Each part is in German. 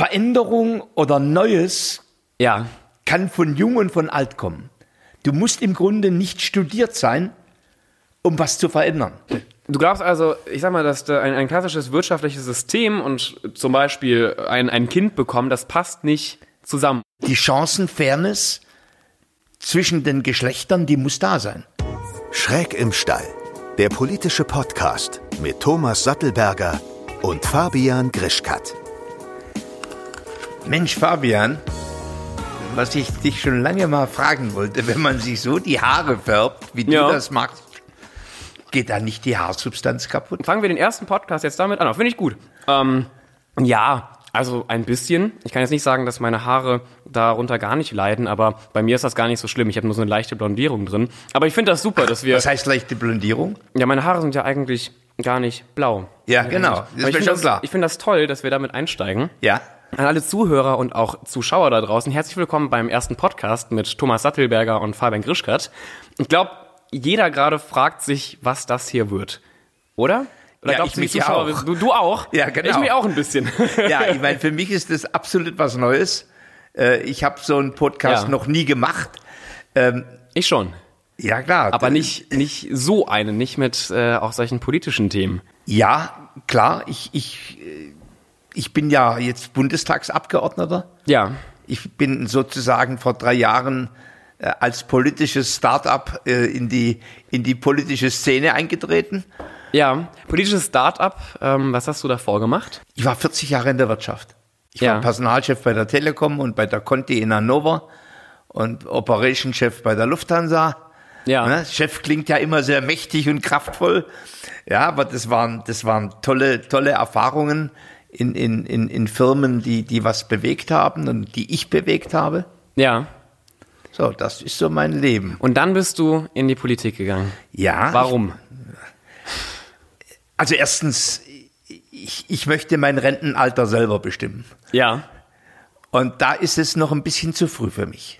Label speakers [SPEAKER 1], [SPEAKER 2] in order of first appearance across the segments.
[SPEAKER 1] Veränderung oder Neues
[SPEAKER 2] Ja.
[SPEAKER 1] kann von jung und von alt kommen. Du musst im Grunde nicht studiert sein, um was zu verändern.
[SPEAKER 2] Du glaubst also, ich sag mal, dass da ein, ein klassisches wirtschaftliches System und zum Beispiel ein, ein Kind bekommen, das passt nicht zusammen.
[SPEAKER 1] Die Chancenfairness zwischen den Geschlechtern, die muss da sein.
[SPEAKER 3] Schräg im Stall. Der politische Podcast mit Thomas Sattelberger und Fabian Grischkat.
[SPEAKER 1] Mensch, Fabian, was ich dich schon lange mal fragen wollte, wenn man sich so die Haare färbt, wie du
[SPEAKER 2] Ja.
[SPEAKER 1] das machst, geht da nicht die Haarsubstanz kaputt?
[SPEAKER 2] Fangen wir den ersten Podcast jetzt damit an. Auf finde ich gut. Ähm, ja, also ein bisschen. Ich kann jetzt nicht sagen, dass meine Haare darunter gar nicht leiden, aber bei mir ist das gar nicht so schlimm. Ich habe nur so eine leichte Blondierung drin. Aber ich finde das super, dass wir.
[SPEAKER 1] Das heißt leichte Blondierung?
[SPEAKER 2] Ja, meine Haare sind ja eigentlich gar nicht blau.
[SPEAKER 1] Ja, genau.
[SPEAKER 2] Aber
[SPEAKER 1] Das
[SPEAKER 2] ich
[SPEAKER 1] ist mir
[SPEAKER 2] finde
[SPEAKER 1] schon
[SPEAKER 2] das,
[SPEAKER 1] klar.
[SPEAKER 2] ich finde das toll, dass wir damit einsteigen.
[SPEAKER 1] Ja.
[SPEAKER 2] An alle Zuhörer und auch Zuschauer da draußen, herzlich willkommen beim ersten Podcast mit Thomas Sattelberger und Fabian Grischkat. Ich glaube, jeder gerade fragt sich, was das hier wird. Oder? Oder
[SPEAKER 1] Ja,
[SPEAKER 2] glaubst
[SPEAKER 1] ich
[SPEAKER 2] du, die
[SPEAKER 1] mich ja
[SPEAKER 2] Zuschauer-
[SPEAKER 1] auch.
[SPEAKER 2] Du, du auch?
[SPEAKER 1] Ja, genau.
[SPEAKER 2] Ich mich auch ein bisschen.
[SPEAKER 1] Ja, ich meine, für mich ist das absolut was Neues. Äh, Ich habe so einen Podcast
[SPEAKER 2] Ja.
[SPEAKER 1] noch nie gemacht.
[SPEAKER 2] ich schon.
[SPEAKER 1] Ja, klar.
[SPEAKER 2] Aber nicht, nicht so einen, nicht mit äh, auch solchen politischen Themen.
[SPEAKER 1] Ja, klar. Ich, ich, äh, ich bin ja jetzt Bundestagsabgeordneter.
[SPEAKER 2] Ja.
[SPEAKER 1] Ich bin sozusagen vor drei Jahren äh, als politisches Start-up äh, in die, in die politische Szene eingetreten.
[SPEAKER 2] Ja. Politisches Start-up, ähm, was hast du davor gemacht?
[SPEAKER 1] Ich war 40 Jahre in der Wirtschaft. Ich
[SPEAKER 2] Ja.
[SPEAKER 1] war Personalchef bei der Telekom und bei der Conti in Hannover und Operationschef bei der Lufthansa.
[SPEAKER 2] Ja.
[SPEAKER 1] Ne? Chef klingt ja immer sehr mächtig und kraftvoll. Ja, aber das waren, das waren tolle, tolle Erfahrungen in, in, in, in Firmen, die, die was bewegt haben und die ich bewegt habe.
[SPEAKER 2] Ja.
[SPEAKER 1] So, das ist so mein Leben.
[SPEAKER 2] Und dann bist du in die Politik gegangen.
[SPEAKER 1] Ja.
[SPEAKER 2] Warum?
[SPEAKER 1] Ich, also erstens, ich, ich möchte mein Rentenalter selber bestimmen.
[SPEAKER 2] Ja.
[SPEAKER 1] Und da ist es noch ein bisschen zu früh für mich.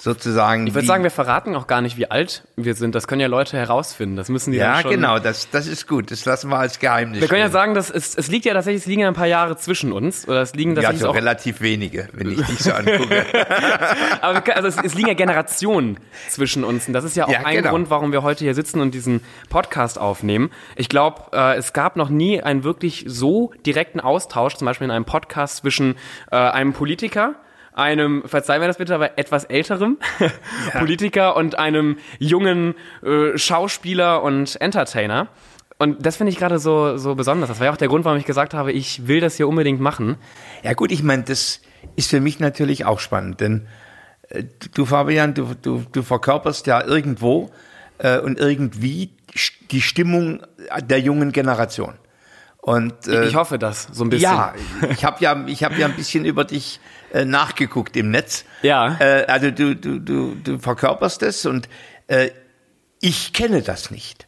[SPEAKER 1] Sozusagen.
[SPEAKER 2] Ich würde sagen, wir verraten auch gar nicht, wie alt wir sind. Das können ja Leute herausfinden. Das müssen die
[SPEAKER 1] Ja,
[SPEAKER 2] dann schon.
[SPEAKER 1] genau, das, das ist gut. Das lassen wir als Geheimnis.
[SPEAKER 2] Wir können ja sagen, dass es, es liegt ja tatsächlich, es liegen ja ein paar Jahre zwischen uns. Oder es liegen
[SPEAKER 1] ja, also
[SPEAKER 2] tatsächlich
[SPEAKER 1] so
[SPEAKER 2] auch.
[SPEAKER 1] relativ wenige, wenn ich dich so angucke.
[SPEAKER 2] Aber wir können- also es, es liegen ja Generationen zwischen uns. Und das ist ja auch
[SPEAKER 1] Ja,
[SPEAKER 2] ein
[SPEAKER 1] genau.
[SPEAKER 2] Grund, warum wir heute hier sitzen und diesen Podcast aufnehmen. Ich glaube, äh, es gab noch nie einen wirklich so direkten Austausch, zum Beispiel in einem Podcast zwischen äh, einem Politiker, einem, verzeihen wir das bitte, aber etwas älterem Politiker und einem jungen äh, Schauspieler und Entertainer. Und das finde ich gerade so, so besonders. Das war ja auch der Grund, warum ich gesagt habe, ich will das hier unbedingt machen.
[SPEAKER 1] Ja gut, ich meine, das ist für mich natürlich auch spannend, denn äh, du, Fabian, du, du, du verkörperst ja irgendwo äh, und irgendwie sch- die Stimmung der jungen Generation. Und äh,
[SPEAKER 2] Ich hoffe das so ein bisschen.
[SPEAKER 1] ja, ich habe ja, ich habe ja ein bisschen über dich äh, nachgeguckt im Netz.
[SPEAKER 2] Ja.
[SPEAKER 1] Äh, also du, du, du, du verkörperst es und äh, ich kenne das nicht.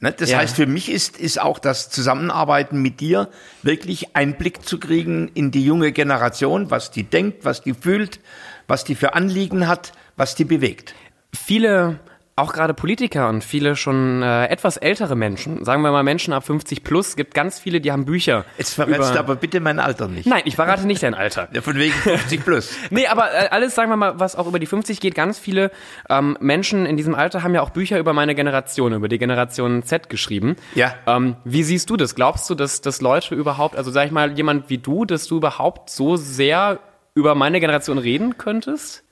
[SPEAKER 1] Ne? Das
[SPEAKER 2] Ja.
[SPEAKER 1] heißt, für mich ist, ist auch das Zusammenarbeiten mit dir wirklich Einblick zu kriegen in die junge Generation, was die denkt, was die fühlt, was die für Anliegen hat, was die bewegt.
[SPEAKER 2] viele, auch gerade Politiker und viele schon äh, etwas ältere Menschen, sagen wir mal Menschen ab 50 plus, gibt ganz viele, die haben Bücher.
[SPEAKER 1] Jetzt verrätst
[SPEAKER 2] über-
[SPEAKER 1] du aber bitte mein Alter nicht.
[SPEAKER 2] Nein, ich verrate nicht dein Alter.
[SPEAKER 1] Von wegen 50 plus.
[SPEAKER 2] Nee, aber äh, alles, sagen wir mal, was auch über die 50 geht, ganz viele ähm, Menschen in diesem Alter haben ja auch Bücher über meine Generation, über die Generation Z geschrieben.
[SPEAKER 1] Ja.
[SPEAKER 2] Ähm, wie siehst du das? Glaubst du, dass, dass Leute überhaupt, also sag ich mal, jemand wie du, dass du überhaupt so sehr über meine Generation reden könntest?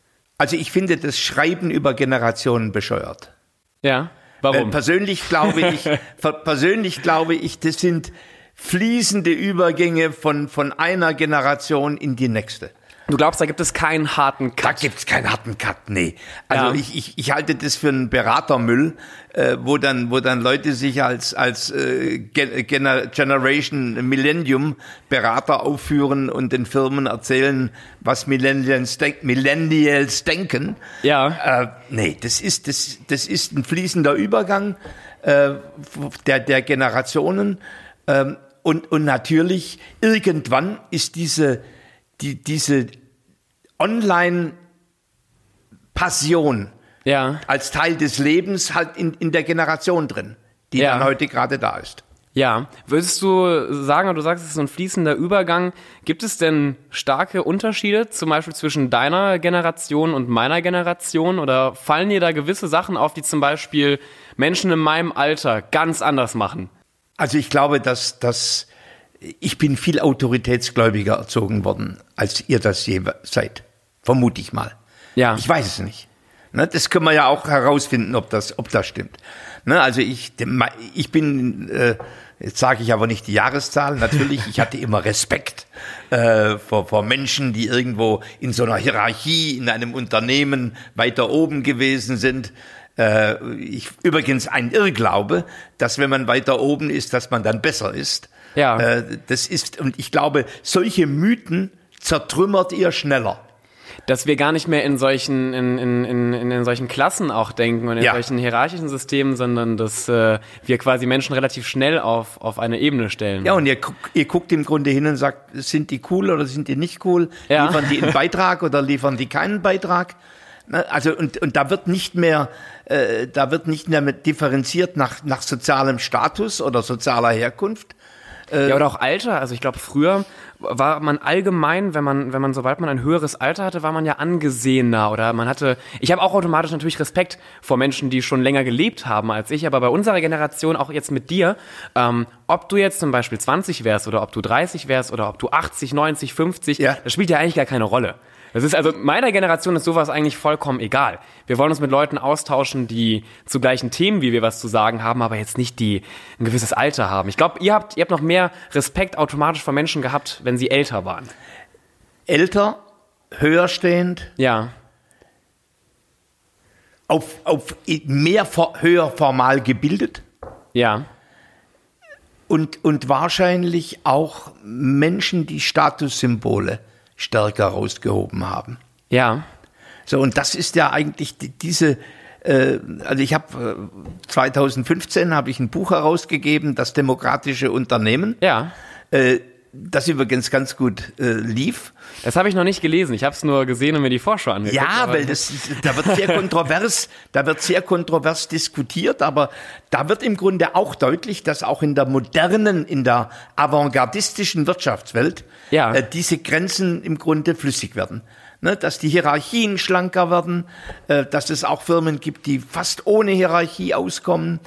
[SPEAKER 1] Also ich finde das Schreiben über Generationen bescheuert.
[SPEAKER 2] Ja.
[SPEAKER 1] Äh,
[SPEAKER 2] Warum?
[SPEAKER 1] persönlich glaube ich, ver- persönlich glaube ich, das sind fließende Übergänge von, von einer Generation in die nächste.
[SPEAKER 2] du glaubst, da gibt es keinen harten
[SPEAKER 1] Da
[SPEAKER 2] Cut.
[SPEAKER 1] gibt's keinen harten Cut, nee. Also
[SPEAKER 2] Ja.
[SPEAKER 1] ich, ich, ich halte das für einen Beratermüll, äh, wo dann wo dann Leute sich als als äh, Gen Gener- Generation Millennium Berater aufführen und den Firmen erzählen, was Millennials, denk Millennials denken.
[SPEAKER 2] Ja.
[SPEAKER 1] Äh, nee, das ist, das, das ist ein fließender Übergang äh, der, der Generationen. Ähm, und, und natürlich, irgendwann ist diese, die, diese Online-Passion
[SPEAKER 2] Ja.
[SPEAKER 1] als Teil des Lebens halt in, in der Generation drin, die
[SPEAKER 2] Ja.
[SPEAKER 1] dann heute gerade da ist.
[SPEAKER 2] Ja, würdest du sagen, und du sagst, es ist so ein fließender Übergang, gibt es denn starke Unterschiede zum Beispiel zwischen deiner Generation und meiner Generation oder fallen dir da gewisse Sachen auf, die zum Beispiel Menschen in meinem Alter ganz anders machen?
[SPEAKER 1] Also ich glaube, dass, dass ich bin viel autoritätsgläubiger erzogen worden, als ihr das je seid. Vermute ich mal.
[SPEAKER 2] Ja.
[SPEAKER 1] Ich weiß es nicht. Ne, das können wir ja auch herausfinden, ob das, ob das stimmt. Ne, also ich, ich bin, äh, jetzt sage ich aber nicht die Jahreszahl, natürlich, ich hatte immer Respekt äh, vor, vor Menschen, die irgendwo in so einer Hierarchie, in einem Unternehmen weiter oben gewesen sind. Äh, ich, übrigens ein Irrglaube, dass wenn man weiter oben ist, dass man dann besser ist.
[SPEAKER 2] Ja.
[SPEAKER 1] Äh, das ist, und ich glaube, solche Mythen zertrümmert ihr schneller.
[SPEAKER 2] dass wir gar nicht mehr in solchen, in, in, in, in in solchen Klassen auch denken und in
[SPEAKER 1] Ja.
[SPEAKER 2] solchen hierarchischen Systemen, sondern dass äh, wir quasi Menschen relativ schnell auf, auf eine Ebene stellen.
[SPEAKER 1] Ja, und ihr, guck, ihr guckt im Grunde hin und sagt, sind die cool oder sind die nicht cool?
[SPEAKER 2] Ja.
[SPEAKER 1] Liefern die einen Beitrag oder liefern die keinen Beitrag? Ne, Also und, und da wird nicht mehr äh, da wird nicht mehr mit differenziert nach, nach sozialem Status oder sozialer Herkunft.
[SPEAKER 2] Ja, oder auch Alter. Also ich glaube, früher war man allgemein, wenn man, wenn man, sobald man ein höheres Alter hatte, war man ja angesehener oder man hatte. Ich habe auch automatisch natürlich Respekt vor Menschen, die schon länger gelebt haben als ich, aber bei unserer Generation, auch jetzt mit dir, ähm, ob du jetzt zum Beispiel 20 wärst oder ob du 30 wärst oder ob du 80, 90, 50,
[SPEAKER 1] Ja.
[SPEAKER 2] das spielt ja eigentlich gar keine Rolle. Das ist also meiner Generation ist sowas eigentlich vollkommen egal. Wir wollen uns mit Leuten austauschen, die zu gleichen Themen wie wir was zu sagen haben, aber jetzt nicht die ein gewisses Alter haben. Ich glaube, ihr habt ihr habt noch mehr Respekt automatisch vor Menschen gehabt, wenn sie älter waren.
[SPEAKER 1] Älter, höher stehend,
[SPEAKER 2] Ja.
[SPEAKER 1] auf, auf mehr for, höher formal gebildet
[SPEAKER 2] Ja.
[SPEAKER 1] und, und wahrscheinlich auch Menschen, die Statussymbole stärker rausgehoben haben.
[SPEAKER 2] Ja.
[SPEAKER 1] So, und das ist ja eigentlich die, diese, äh, also ich habe äh, 2015 habe ich ein Buch herausgegeben, das demokratische Unternehmen,
[SPEAKER 2] Ja.
[SPEAKER 1] äh, das übrigens ganz gut äh, lief.
[SPEAKER 2] Das habe ich noch nicht gelesen. Ich habe es nur gesehen und mir die Vorschau angeguckt.
[SPEAKER 1] Ja,
[SPEAKER 2] aber-
[SPEAKER 1] weil das, da wird sehr kontrovers, da wird sehr kontrovers diskutiert, aber da wird im Grunde auch deutlich, dass auch in der modernen, in der avantgardistischen Wirtschaftswelt
[SPEAKER 2] Ja.
[SPEAKER 1] äh, diese Grenzen im Grunde flüssig werden. Ne, dass die Hierarchien schlanker werden, äh, dass es auch Firmen gibt, die fast ohne Hierarchie auskommen,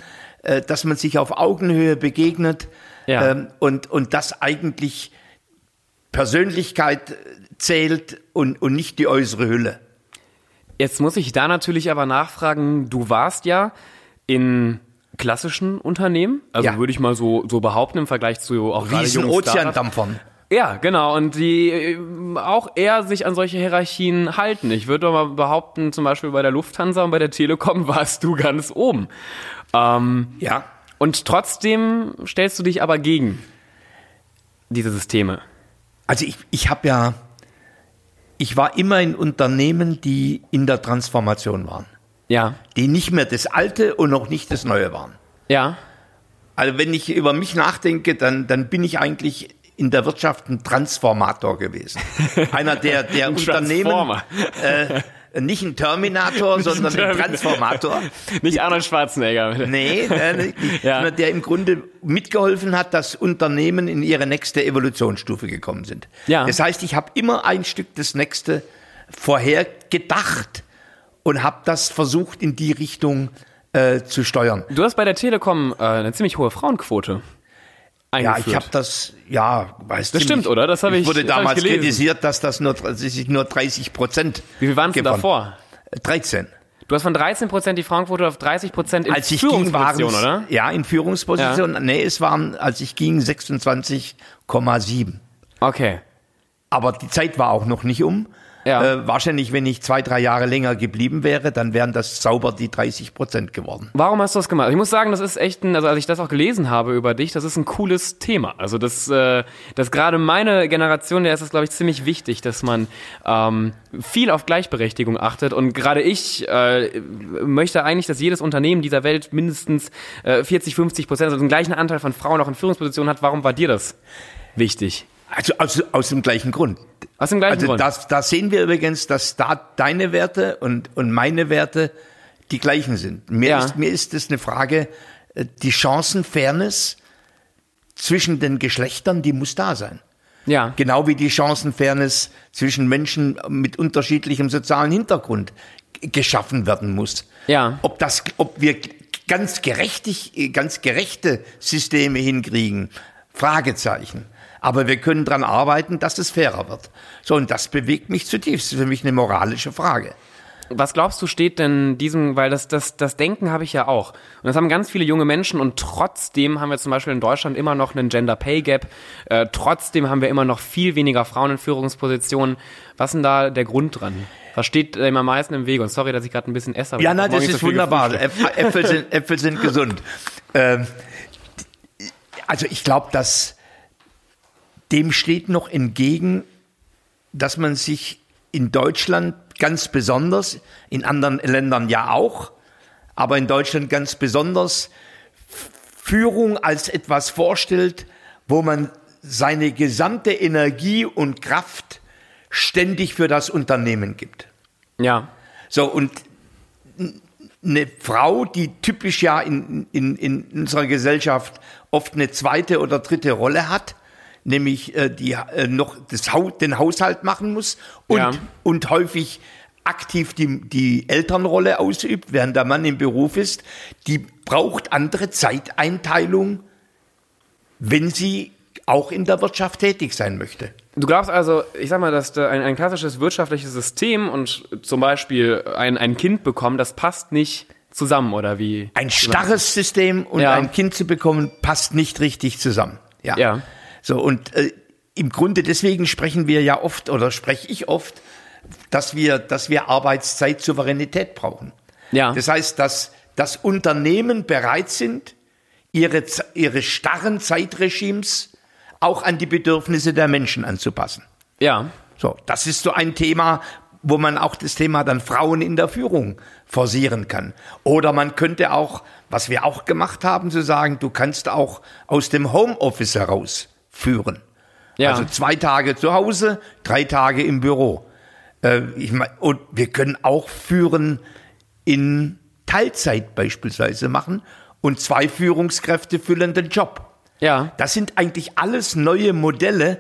[SPEAKER 1] äh, dass man sich auf Augenhöhe begegnet
[SPEAKER 2] Ja.
[SPEAKER 1] ähm, und, und das eigentlich Persönlichkeit äh, zählt und, und nicht die äußere Hülle.
[SPEAKER 2] Jetzt muss ich da natürlich aber nachfragen, du warst ja in klassischen Unternehmen, also
[SPEAKER 1] Ja.
[SPEAKER 2] würde ich mal so, so behaupten im Vergleich zu auch gerade
[SPEAKER 1] riesen
[SPEAKER 2] jungen Startups.
[SPEAKER 1] Ozeandampfern.
[SPEAKER 2] Ja, genau. Und die ähm, auch eher sich an solche Hierarchien halten. Ich würde doch mal behaupten, zum Beispiel bei der Lufthansa und bei der Telekom warst du ganz oben.
[SPEAKER 1] Ja.
[SPEAKER 2] Und trotzdem stellst du dich aber gegen diese Systeme.
[SPEAKER 1] Also ich, ich habe ja, ich war immer in Unternehmen, die in der Transformation waren,
[SPEAKER 2] Ja,
[SPEAKER 1] die nicht mehr das Alte und auch nicht das Neue waren.
[SPEAKER 2] ja,
[SPEAKER 1] Also wenn ich über mich nachdenke, dann, dann bin ich eigentlich in der Wirtschaft ein Transformator gewesen. Einer der, der Unternehmen, äh,
[SPEAKER 2] Transformer.
[SPEAKER 1] nicht ein Terminator, sondern ein
[SPEAKER 2] Terminator.
[SPEAKER 1] Transformator.
[SPEAKER 2] Nicht Arnold Schwarzenegger.
[SPEAKER 1] Nee, äh, nicht,
[SPEAKER 2] Ja.
[SPEAKER 1] sondern der im Grunde mitgeholfen hat, dass Unternehmen in ihre nächste Evolutionsstufe gekommen sind.
[SPEAKER 2] Ja.
[SPEAKER 1] Das heißt, ich habe immer ein Stück des Nächste vorher gedacht und habe das versucht, in die Richtung äh, zu steuern.
[SPEAKER 2] Du hast bei der Telekom äh, eine ziemlich hohe Frauenquote
[SPEAKER 1] Ja,
[SPEAKER 2] eingeführt.
[SPEAKER 1] ich habe das, ja, weißt du.
[SPEAKER 2] Das stimmt, oder? Das habe ich-
[SPEAKER 1] wurde
[SPEAKER 2] das habe ich
[SPEAKER 1] damals
[SPEAKER 2] gelesen.
[SPEAKER 1] kritisiert, dass das nur, dass ich nur 30 Prozent.
[SPEAKER 2] Wie viel waren es denn davor?
[SPEAKER 1] 13.
[SPEAKER 2] Du hast von 13% die Frauenquote auf 30% in
[SPEAKER 1] Als ich ging, waren
[SPEAKER 2] Führungsposition, oder?
[SPEAKER 1] Ja, in Führungsposition.
[SPEAKER 2] Ja.
[SPEAKER 1] Nee, es waren, als ich ging, 26,7.
[SPEAKER 2] Okay.
[SPEAKER 1] Aber die Zeit war auch noch nicht um.
[SPEAKER 2] Ja.
[SPEAKER 1] Äh, wahrscheinlich, wenn ich zwei, drei Jahre länger geblieben wäre, dann wären das sauber die 30 Prozent geworden.
[SPEAKER 2] Warum hast du das gemacht? Ich muss sagen, das ist echt ein, also als ich das auch gelesen habe über dich, das ist ein cooles Thema. Also das, äh, das gerade meine Generation, der ist es, glaube ich, ziemlich wichtig, dass man ähm, viel auf Gleichberechtigung achtet. Und gerade ich äh, möchte eigentlich, dass jedes Unternehmen dieser Welt mindestens äh, 40, 50 Prozent, also den gleichen Anteil von Frauen auch in Führungspositionen hat. Warum war dir das wichtig?
[SPEAKER 1] Also aus, aus dem gleichen Grund.
[SPEAKER 2] Aus dem gleichen
[SPEAKER 1] Also
[SPEAKER 2] Grund.
[SPEAKER 1] das, da sehen wir übrigens, dass da deine Werte und, und meine Werte die gleichen sind. Mir,
[SPEAKER 2] Ja.
[SPEAKER 1] ist, mir ist es eine Frage, äh, die Chancenfairness zwischen den Geschlechtern, die muss da sein.
[SPEAKER 2] Ja.
[SPEAKER 1] Genau wie die Chancenfairness zwischen Menschen mit unterschiedlichem sozialen Hintergrund g- geschaffen werden muss.
[SPEAKER 2] Ja.
[SPEAKER 1] Ob das, ob wir g- ganz gerechtig, ganz gerechte Systeme hinkriegen, Fragezeichen. Aber wir können dran arbeiten, dass es fairer wird. So, und das bewegt mich zutiefst. Das ist für mich eine moralische Frage.
[SPEAKER 2] Was glaubst du, steht denn diesem, weil das, das, das Denken habe ich ja auch. Und das haben ganz viele junge Menschen und trotzdem haben wir zum Beispiel in Deutschland immer noch einen Gender Pay Gap. Äh, trotzdem haben wir immer noch viel weniger Frauen in Führungspositionen. Was ist denn da der Grund dran? Was steht dem am meisten im Wege? Und sorry, dass ich gerade ein bisschen esse. aber
[SPEAKER 1] Ja,
[SPEAKER 2] ich
[SPEAKER 1] nein,
[SPEAKER 2] hab morgen
[SPEAKER 1] das
[SPEAKER 2] nicht
[SPEAKER 1] ist
[SPEAKER 2] so viel
[SPEAKER 1] wunderbar.
[SPEAKER 2] gefrühstückt.
[SPEAKER 1] Äpfel, Äpfel sind, Äpfel sind gesund. Ähm, also ich glaube, dass dem steht noch entgegen, dass man sich in Deutschland ganz besonders, in anderen Ländern ja auch, aber in Deutschland ganz besonders Führung als etwas vorstellt, wo man seine gesamte Energie und Kraft ständig für das Unternehmen gibt.
[SPEAKER 2] Ja.
[SPEAKER 1] So, und n- eine Frau, die typisch ja in, in, in unserer Gesellschaft oft eine zweite oder dritte Rolle hat, nämlich äh, die äh, noch das Hau den Haushalt machen muss und,
[SPEAKER 2] Ja.
[SPEAKER 1] und häufig aktiv die, die Elternrolle ausübt, während der Mann im Beruf ist, die braucht andere Zeiteinteilung, wenn sie auch in der Wirtschaft tätig sein möchte.
[SPEAKER 2] Du glaubst also, ich sag mal, dass da ein, ein klassisches wirtschaftliches System und zum Beispiel ein, ein Kind bekommen, das passt nicht zusammen, oder wie?
[SPEAKER 1] ein starres System und
[SPEAKER 2] Genau. Ja.
[SPEAKER 1] ein Kind zu bekommen, passt nicht richtig zusammen. Ja.
[SPEAKER 2] Ja.
[SPEAKER 1] So, und äh, im Grunde deswegen sprechen wir ja oft oder spreche ich oft, dass wir, dass wir Arbeitszeitsouveränität brauchen.
[SPEAKER 2] Ja.
[SPEAKER 1] Das heißt, dass, dass Unternehmen bereit sind, ihre, Z- ihre starren Zeitregimes auch an die Bedürfnisse der Menschen anzupassen.
[SPEAKER 2] ja.
[SPEAKER 1] So, das ist so ein Thema, wo man auch das Thema dann Frauen in der Führung forcieren kann. Oder man könnte auch, was wir auch gemacht haben, zu sagen, du kannst auch aus dem Homeoffice heraus führen.
[SPEAKER 2] Ja.
[SPEAKER 1] Also zwei Tage zu Hause, drei Tage im Büro. Äh, ich mein, und wir können auch führen in Teilzeit beispielsweise machen und zwei Führungskräfte füllen den Job.
[SPEAKER 2] ja.
[SPEAKER 1] Das sind eigentlich alles neue Modelle,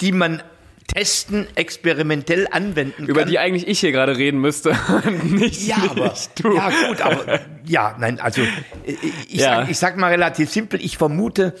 [SPEAKER 1] die man testen, experimentell anwenden
[SPEAKER 2] Über
[SPEAKER 1] kann.
[SPEAKER 2] die eigentlich ich hier gerade reden müsste. nicht,
[SPEAKER 1] ja,
[SPEAKER 2] nicht
[SPEAKER 1] aber,
[SPEAKER 2] du.
[SPEAKER 1] ja, gut, aber ja, nein, also äh, ich,
[SPEAKER 2] Ja.
[SPEAKER 1] sag, ich sag mal relativ simpel, ich vermute,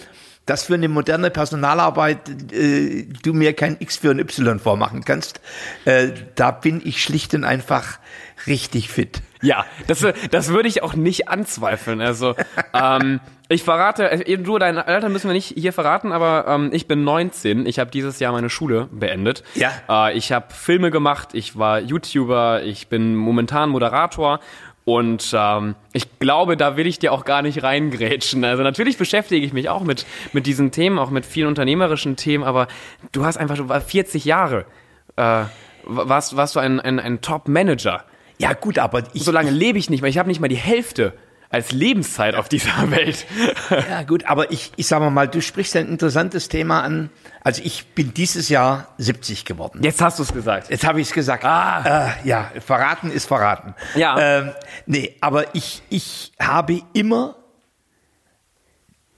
[SPEAKER 1] dass für eine moderne Personalarbeit äh, du mir kein X für ein Y vormachen kannst. Äh, da bin ich schlicht und einfach richtig fit.
[SPEAKER 2] Ja, das, äh, das würde ich auch nicht anzweifeln. Also, ähm, ich verrate, äh, du, dein Alter müssen wir nicht hier verraten, aber ähm, ich bin 19. Ich habe dieses Jahr meine Schule beendet.
[SPEAKER 1] Ja.
[SPEAKER 2] Äh, ich habe Filme gemacht, ich war YouTuber, ich bin momentan Moderator. Und ähm, ich glaube, da will ich dir auch gar nicht reingrätschen. Also natürlich beschäftige ich mich auch mit, mit diesen Themen, auch mit vielen unternehmerischen Themen, aber du hast einfach schon 40 Jahre. Äh, wa- warst, warst du ein, ein, ein Top-Manager.
[SPEAKER 1] Ja gut, aber ich,
[SPEAKER 2] So lange lebe ich nicht mehr. Ich habe nicht mal die Hälfte als Lebenszeit auf dieser Welt.
[SPEAKER 1] Ja, gut, aber ich, ich sage mal, du sprichst ein interessantes Thema an. Also ich bin dieses Jahr 70 geworden.
[SPEAKER 2] Jetzt hast du es gesagt.
[SPEAKER 1] Jetzt habe ich es gesagt. Ah. Äh, ja, verraten ist verraten.
[SPEAKER 2] Ja.
[SPEAKER 1] Ähm, nee, aber ich, ich habe immer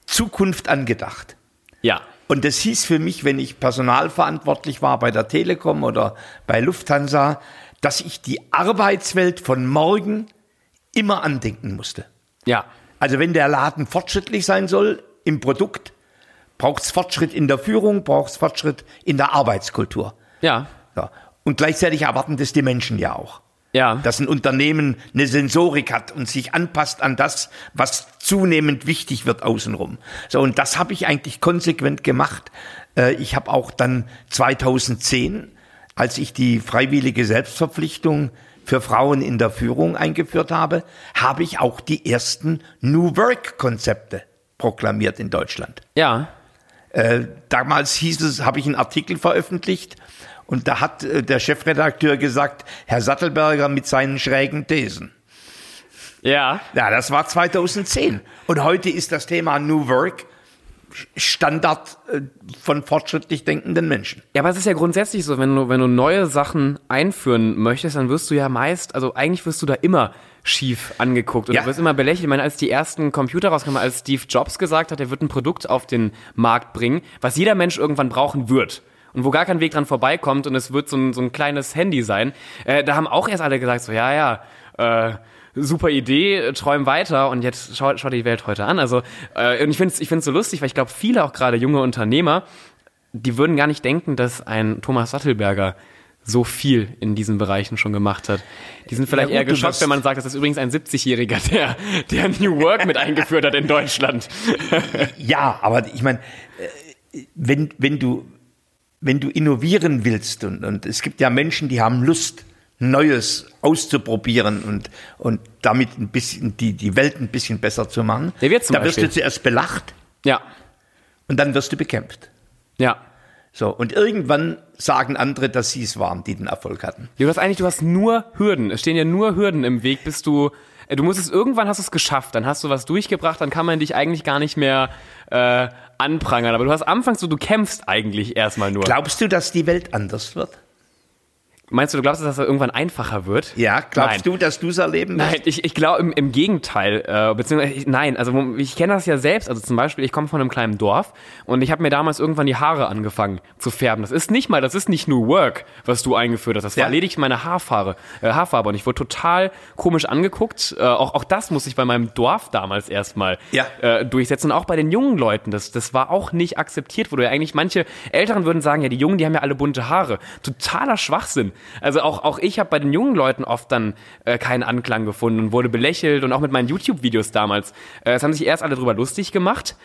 [SPEAKER 1] Zukunft angedacht.
[SPEAKER 2] Ja.
[SPEAKER 1] Und das hieß für mich, wenn ich personalverantwortlich war bei der Telekom oder bei Lufthansa, dass ich die Arbeitswelt von morgen immer andenken musste.
[SPEAKER 2] Ja.
[SPEAKER 1] Also wenn der Laden fortschrittlich sein soll im Produkt, braucht es Fortschritt in der Führung, braucht es Fortschritt in der Arbeitskultur.
[SPEAKER 2] Ja.
[SPEAKER 1] Ja. Und gleichzeitig erwarten das die Menschen ja auch.
[SPEAKER 2] Ja.
[SPEAKER 1] Dass ein Unternehmen eine Sensorik hat und sich anpasst an das, was zunehmend wichtig wird außenrum. So, und das habe ich eigentlich konsequent gemacht. Äh, Ich habe auch dann 2010, als ich die freiwillige Selbstverpflichtung für Frauen in der Führung eingeführt habe, habe ich auch die ersten New Work-Konzepte proklamiert in Deutschland
[SPEAKER 2] ja.
[SPEAKER 1] damals hieß es, habe ich einen Artikel veröffentlicht und da hat äh, der Chefredakteur gesagt, Herr Sattelberger mit seinen schrägen Thesen.
[SPEAKER 2] Ja.
[SPEAKER 1] Ja, das war 2010. Und heute ist das Thema New Work Standard äh, von fortschrittlich denkenden Menschen.
[SPEAKER 2] Ja, aber es ist ja grundsätzlich so, wenn du, wenn du neue Sachen einführen möchtest, dann wirst du ja meist, also eigentlich wirst du da immer schief angeguckt und
[SPEAKER 1] Ja.
[SPEAKER 2] du wirst immer belächelt. Ich meine, als die ersten Computer rauskamen, als Steve Jobs gesagt hat, er wird ein Produkt auf den Markt bringen, was jeder Mensch irgendwann brauchen wird. Und wo gar kein Weg dran vorbeikommt und es wird so ein, so ein kleines Handy sein, äh, da haben auch erst alle gesagt, so ja, ja, äh, super Idee, äh, träum weiter und jetzt schau, schau dir die Welt heute an. Also, äh, und ich finde es ich find's so lustig, weil ich glaube, viele auch gerade junge Unternehmer, die würden gar nicht denken, dass ein Thomas Sattelberger so viel in diesen Bereichen schon gemacht hat. Die sind vielleicht
[SPEAKER 1] Ja, gut,
[SPEAKER 2] eher
[SPEAKER 1] du
[SPEAKER 2] geschockt,
[SPEAKER 1] wirst-
[SPEAKER 2] wenn man sagt, das ist übrigens ein 70-Jähriger, der, der New Work mit eingeführt hat in Deutschland.
[SPEAKER 1] Ja, aber ich meine, äh, wenn, wenn, du, wenn du innovieren willst und, und es gibt ja Menschen, die haben Lust, Neues auszuprobieren und, und damit ein bisschen die, die Welt ein bisschen besser zu machen,
[SPEAKER 2] Ja, wir zum
[SPEAKER 1] da wirst
[SPEAKER 2] Beispiel.
[SPEAKER 1] du zuerst belacht
[SPEAKER 2] Ja,
[SPEAKER 1] und dann wirst du bekämpft.
[SPEAKER 2] ja.
[SPEAKER 1] So, und irgendwann sagen andere, dass sie es waren, die den Erfolg hatten.
[SPEAKER 2] Du hast eigentlich, du hast nur Hürden. Es stehen ja nur Hürden im Weg, bis du, äh, du musst es, irgendwann hast du es geschafft, dann hast du was durchgebracht, dann kann man dich eigentlich gar nicht mehr äh, anprangern. Aber du hast anfangs so, du kämpfst eigentlich erstmal nur.
[SPEAKER 1] Glaubst du, dass die Welt anders wird?
[SPEAKER 2] Meinst du, du glaubst, dass das irgendwann einfacher wird?
[SPEAKER 1] Ja, glaubst
[SPEAKER 2] Nein.
[SPEAKER 1] du, dass du es erleben wirst?
[SPEAKER 2] Nein, ich, ich glaube im, im Gegenteil, äh, beziehungsweise ich, nein, also ich kenne das ja selbst, also zum Beispiel, ich komme von einem kleinen Dorf und ich habe mir damals irgendwann die Haare angefangen zu färben. Das ist nicht mal, das ist nicht New Work, was du eingeführt hast, das war
[SPEAKER 1] Ja.
[SPEAKER 2] lediglich meine Haarfarbe, äh, Haarfarbe und ich wurde total komisch angeguckt. Äh, auch, auch das muss ich bei meinem Dorf damals erstmal
[SPEAKER 1] Ja.
[SPEAKER 2] äh, durchsetzen. Und auch bei den jungen Leuten, das, das war auch nicht akzeptiert, wo du ja eigentlich manche Älteren würden sagen, ja, die Jungen, die haben ja alle bunte Haare. Totaler Schwachsinn. Also auch, auch ich habe bei den jungen Leuten oft dann äh, keinen Anklang gefunden und wurde belächelt und auch mit meinen YouTube-Videos damals. Äh, es haben sich erst alle drüber lustig gemacht.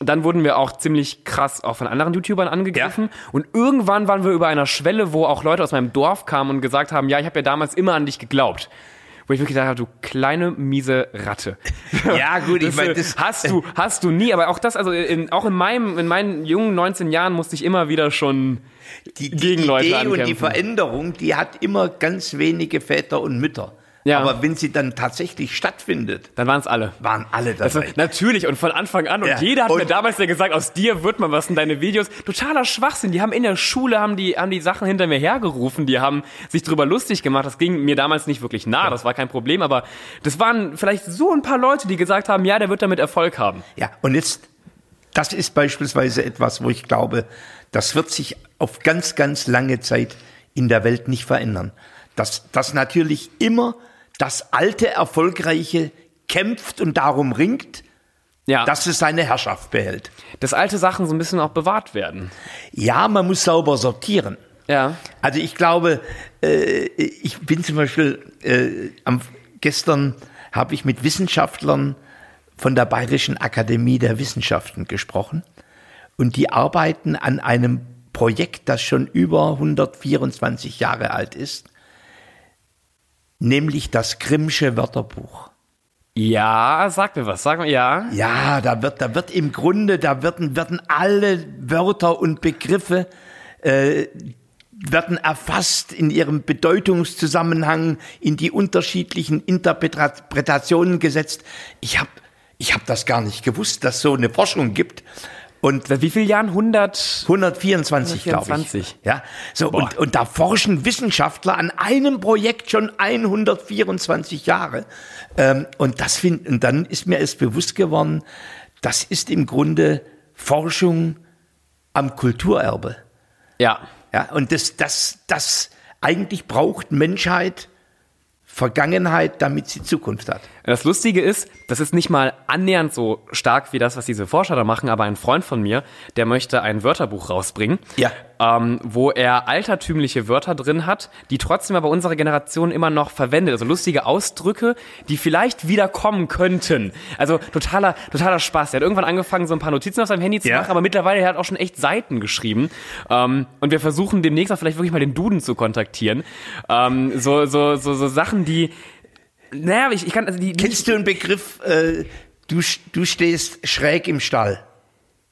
[SPEAKER 2] Dann wurden wir auch ziemlich krass auch von anderen YouTubern angegriffen. Und irgendwann waren wir über einer Schwelle, wo auch Leute aus meinem Dorf kamen und gesagt haben, ja, ich habe ja damals immer an dich geglaubt. Wo ich wirklich gedacht habe, du kleine, miese Ratte.
[SPEAKER 1] Ja, gut, ich
[SPEAKER 2] Das,
[SPEAKER 1] mein,
[SPEAKER 2] äh,
[SPEAKER 1] das-
[SPEAKER 2] hast du, hast du nie, aber auch das, also in, auch in meinem, in meinen jungen 19 Jahren musste ich immer wieder schon,
[SPEAKER 1] die, die
[SPEAKER 2] gegen Leute
[SPEAKER 1] Idee und die
[SPEAKER 2] ankämpfen.
[SPEAKER 1] Veränderung, die hat immer ganz wenige Väter und Mütter.
[SPEAKER 2] Ja.
[SPEAKER 1] Aber wenn sie dann tatsächlich stattfindet,
[SPEAKER 2] dann waren es alle.
[SPEAKER 1] waren alle
[SPEAKER 2] Also,
[SPEAKER 1] dabei.
[SPEAKER 2] natürlich und von Anfang an und
[SPEAKER 1] Ja,
[SPEAKER 2] jeder hat mir
[SPEAKER 1] und-
[SPEAKER 2] damals ja gesagt, aus dir wird man was in deine Videos. Totaler Schwachsinn. Die haben in der Schule haben die haben die Sachen hinter mir hergerufen, die haben sich drüber lustig gemacht. Das ging mir damals nicht wirklich nah, das war kein Problem, aber das waren vielleicht so ein paar Leute, die gesagt haben, ja, der wird damit Erfolg haben.
[SPEAKER 1] ja, und jetzt, das ist beispielsweise etwas, wo ich glaube, das wird sich auf ganz, ganz lange Zeit in der Welt nicht verändern. Dass, dass natürlich immer das alte Erfolgreiche kämpft und darum ringt,
[SPEAKER 2] Ja,
[SPEAKER 1] dass es seine Herrschaft behält.
[SPEAKER 2] dass alte Sachen so ein bisschen auch bewahrt werden.
[SPEAKER 1] Ja, man muss sauber sortieren.
[SPEAKER 2] Ja.
[SPEAKER 1] Also ich glaube, äh, ich bin zum Beispiel äh, am, gestern habe ich mit Wissenschaftlern von der Bayerischen Akademie der Wissenschaften gesprochen und die arbeiten an einem Projekt, das schon über 124 Jahre alt ist, nämlich das Grimmsche Wörterbuch.
[SPEAKER 2] Ja, sag mir was, sag mir, ja.
[SPEAKER 1] Ja, da wird, da wird im Grunde, da werden, werden alle Wörter und Begriffe äh, werden erfasst in ihrem Bedeutungszusammenhang, in die unterschiedlichen Interpretationen gesetzt. Ich habe ich hab das gar nicht gewusst, dass so eine Forschung gibt. Und
[SPEAKER 2] Seit wie vielen Jahren? 100?
[SPEAKER 1] 124, glaube ich.
[SPEAKER 2] 124.
[SPEAKER 1] Ja, so und, und da forschen Wissenschaftler an einem Projekt schon 124 Jahre. Ähm, und das find, und dann ist mir erst bewusst geworden, das ist im Grunde Forschung am Kulturerbe.
[SPEAKER 2] Ja.
[SPEAKER 1] Ja, und das, das, das eigentlich braucht Menschheit Vergangenheit, damit sie Zukunft hat.
[SPEAKER 2] Das Lustige ist, das ist nicht mal annähernd so stark wie das, was diese Forscher da machen, aber ein Freund von mir, der möchte ein Wörterbuch rausbringen,
[SPEAKER 1] Ja.
[SPEAKER 2] ähm, wo er altertümliche Wörter drin hat, die trotzdem aber unsere Generation immer noch verwendet. Also lustige Ausdrücke, die vielleicht wieder kommen könnten. Also totaler, totaler Spaß. Er hat irgendwann angefangen, so ein paar Notizen auf seinem Handy zu
[SPEAKER 1] Ja.
[SPEAKER 2] machen, aber mittlerweile er hat auch schon echt Seiten geschrieben. Ähm, und wir versuchen demnächst auch vielleicht wirklich mal den Duden zu kontaktieren. Ähm, so, so, so, so Sachen, die. Naja, ich, ich kann also die,
[SPEAKER 1] Kennst du einen Begriff, äh, du, sch- du stehst schräg im Stall?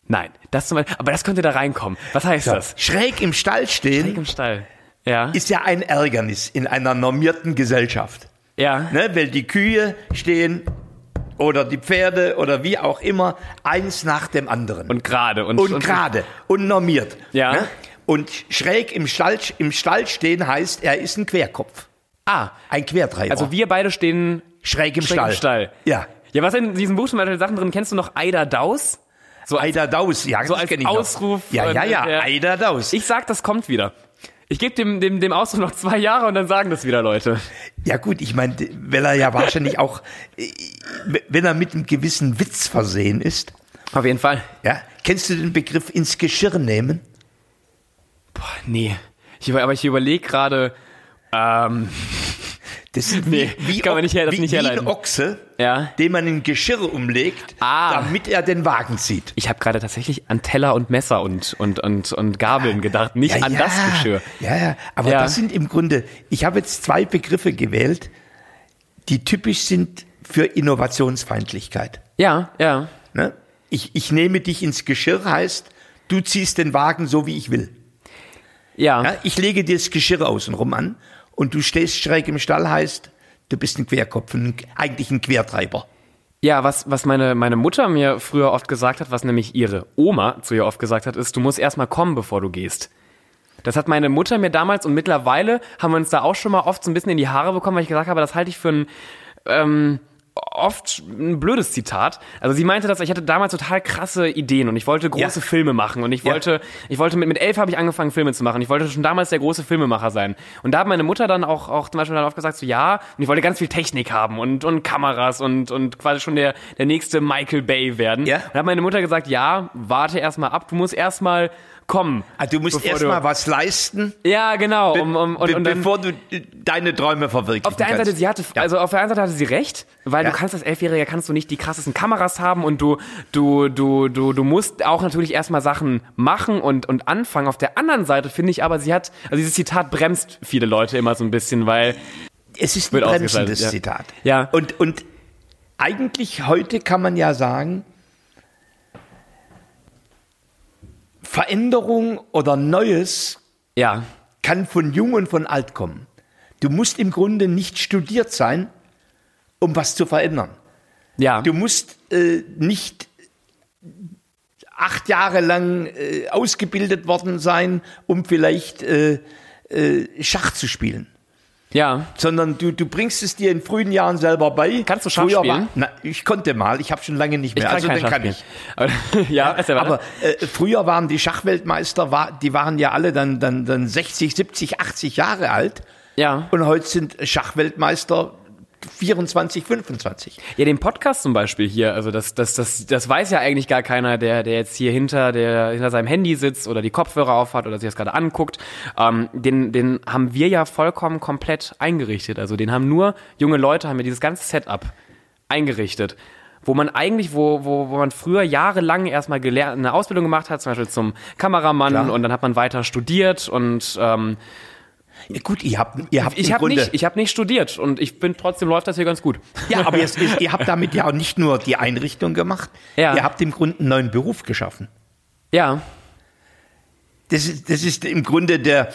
[SPEAKER 2] Nein, das zum Beispiel, aber das könnte da reinkommen. Was heißt das?
[SPEAKER 1] Schräg im Stall stehen
[SPEAKER 2] Im Stall. Ja.
[SPEAKER 1] ist ja ein Ärgernis in einer normierten Gesellschaft.
[SPEAKER 2] ja.
[SPEAKER 1] Ne? Weil die Kühe stehen oder die Pferde oder wie auch immer, eins nach dem anderen.
[SPEAKER 2] Und gerade. Und,
[SPEAKER 1] Und gerade und normiert.
[SPEAKER 2] Ja.
[SPEAKER 1] ne? Und schräg im Stall, im Stall stehen heißt, er ist ein Querkopf.
[SPEAKER 2] Ah,
[SPEAKER 1] Ein Quertreiber.
[SPEAKER 2] also wir beide stehen
[SPEAKER 1] schräg im
[SPEAKER 2] schräg
[SPEAKER 1] Stall.
[SPEAKER 2] im Stall.
[SPEAKER 1] Ja.
[SPEAKER 2] Ja, was in diesem Buch zum Beispiel Sachen drin? Kennst du noch Eider Daus? So als-
[SPEAKER 1] Eider Daus, ja,
[SPEAKER 2] So
[SPEAKER 1] das
[SPEAKER 2] als
[SPEAKER 1] kenn ich noch.
[SPEAKER 2] Ausruf,
[SPEAKER 1] Ja,
[SPEAKER 2] äh,
[SPEAKER 1] ja, ja,
[SPEAKER 2] der-
[SPEAKER 1] Eider Daus.
[SPEAKER 2] Ich sag, das kommt wieder. Ich gebe dem, dem, dem Ausdruck noch zwei Jahre und dann sagen das wieder Leute.
[SPEAKER 1] Ja gut, ich meine, weil er ja wahrscheinlich auch, äh, wenn er mit einem gewissen Witz versehen ist,
[SPEAKER 2] Auf jeden Fall.
[SPEAKER 1] ja, kennst du den Begriff ins Geschirr nehmen?
[SPEAKER 2] Boah, nee. Ich, über- aber ich überlege gerade, ähm,
[SPEAKER 1] Das ist
[SPEAKER 2] Nee, kann man nicht her- das
[SPEAKER 1] wie,
[SPEAKER 2] nicht
[SPEAKER 1] wie ein
[SPEAKER 2] herleiten.
[SPEAKER 1] Ochse,
[SPEAKER 2] Ja.
[SPEAKER 1] den man in Geschirr umlegt,
[SPEAKER 2] Ah.
[SPEAKER 1] damit er den Wagen zieht.
[SPEAKER 2] ich habe gerade tatsächlich an Teller und Messer und, und, und, und Gabeln gedacht, nicht an das Geschirr.
[SPEAKER 1] Ja, ja. Aber
[SPEAKER 2] Ja.
[SPEAKER 1] das sind im Grunde, ich habe jetzt zwei Begriffe gewählt, die typisch sind für Innovationsfeindlichkeit.
[SPEAKER 2] Ja, ja.
[SPEAKER 1] Ne? Ich, ich nehme dich ins Geschirr heißt, du ziehst den Wagen so, wie ich will.
[SPEAKER 2] Ja.
[SPEAKER 1] Ja, ich lege dir das Geschirr außenrum an und du stehst schräg im Stall heißt, du bist ein Querkopf, ein, eigentlich ein Quertreiber.
[SPEAKER 2] Ja, was, was meine, meine Mutter mir früher oft gesagt hat, was nämlich ihre Oma zu ihr oft gesagt hat, ist, du musst erstmal kommen, bevor du gehst. Das hat meine Mutter mir damals und mittlerweile haben wir uns da auch schon mal oft so ein bisschen in die Haare bekommen, weil ich gesagt habe, das halte ich für ein ähm, oft ein blödes Zitat. Also sie meinte, dass ich hatte damals total krasse Ideen und ich wollte große
[SPEAKER 1] Ja.
[SPEAKER 2] Filme machen und ich
[SPEAKER 1] Ja.
[SPEAKER 2] wollte, ich wollte mit, mit elf habe ich angefangen Filme zu machen. Ich wollte schon damals der große Filmemacher sein. Und da hat meine Mutter dann auch, auch zum Beispiel dann oft gesagt so ja und ich wollte ganz viel Technik haben und und Kameras und und quasi schon der der nächste Michael Bay werden.
[SPEAKER 1] Ja.
[SPEAKER 2] Und da hat meine Mutter gesagt ja warte erstmal ab, du musst erstmal kommen.
[SPEAKER 1] Also du musst
[SPEAKER 2] bevor
[SPEAKER 1] erstmal was leisten,
[SPEAKER 2] ja, genau. Um, um, und,
[SPEAKER 1] be
[SPEAKER 2] und dann,
[SPEAKER 1] bevor du äh, deine Träume verwirklichen
[SPEAKER 2] auf der einen Seite,
[SPEAKER 1] kannst.
[SPEAKER 2] sie hatte, also auf der einen Seite hatte sie recht, weil
[SPEAKER 1] Ja.
[SPEAKER 2] du kannst als Elfjähriger kannst du nicht die krassesten Kameras haben und du, du, du, du, du musst auch natürlich erstmal Sachen machen und, und anfangen. Auf der anderen Seite finde ich aber, sie hat, also dieses Zitat bremst viele Leute immer so ein bisschen, weil,
[SPEAKER 1] es ist ein
[SPEAKER 2] Wird
[SPEAKER 1] bremsendes
[SPEAKER 2] ausgeschaltet, ja.
[SPEAKER 1] Zitat.
[SPEAKER 2] Ja.
[SPEAKER 1] Und, und eigentlich heute kann man ja sagen, Veränderung oder Neues
[SPEAKER 2] ja,
[SPEAKER 1] kann von jung und von alt kommen. Du musst im Grunde nicht studiert sein, um was zu verändern.
[SPEAKER 2] ja.
[SPEAKER 1] Du musst äh, nicht acht Jahre lang äh, ausgebildet worden sein, um vielleicht äh, äh, Schach zu spielen.
[SPEAKER 2] ja.
[SPEAKER 1] Sondern du, du bringst es dir in frühen Jahren selber bei.
[SPEAKER 2] Kannst du Schach
[SPEAKER 1] Früher
[SPEAKER 2] spielen?
[SPEAKER 1] na, ich konnte mal, ich habe schon lange nicht mehr. also
[SPEAKER 2] kein
[SPEAKER 1] dann kann ich.
[SPEAKER 2] Schachspiel. Aber, ja, erzähl weiter.
[SPEAKER 1] Aber äh, früher waren die Schachweltmeister, war, die waren ja alle dann, dann, dann 60, 70, 80 Jahre alt.
[SPEAKER 2] ja.
[SPEAKER 1] Und heute sind Schachweltmeister 24, 25.
[SPEAKER 2] Ja, den Podcast zum Beispiel hier, also das, das, das, das weiß ja eigentlich gar keiner, der, der jetzt hier hinter, der hinter seinem Handy sitzt oder die Kopfhörer aufhat oder sich das gerade anguckt. Ähm, den, den haben wir ja vollkommen komplett eingerichtet. Also den haben nur junge Leute, haben wir dieses ganze Setup eingerichtet. Wo man eigentlich, wo, wo, wo man früher jahrelang erstmal gelernt, eine Ausbildung gemacht hat, zum Beispiel zum Kameramann
[SPEAKER 1] Klar.
[SPEAKER 2] und dann hat man weiter studiert und ähm,
[SPEAKER 1] Ja, gut, ihr habt, ihr habt
[SPEAKER 2] ich
[SPEAKER 1] im
[SPEAKER 2] habe
[SPEAKER 1] Grunde.
[SPEAKER 2] nicht, ich hab nicht studiert und ich bin trotzdem läuft das hier ganz gut.
[SPEAKER 1] Ja, aber ihr, ihr, ihr habt damit ja auch nicht nur die Einrichtung gemacht,
[SPEAKER 2] Ja.
[SPEAKER 1] ihr habt im Grunde einen neuen Beruf geschaffen.
[SPEAKER 2] Ja.
[SPEAKER 1] Das ist, das ist im Grunde der,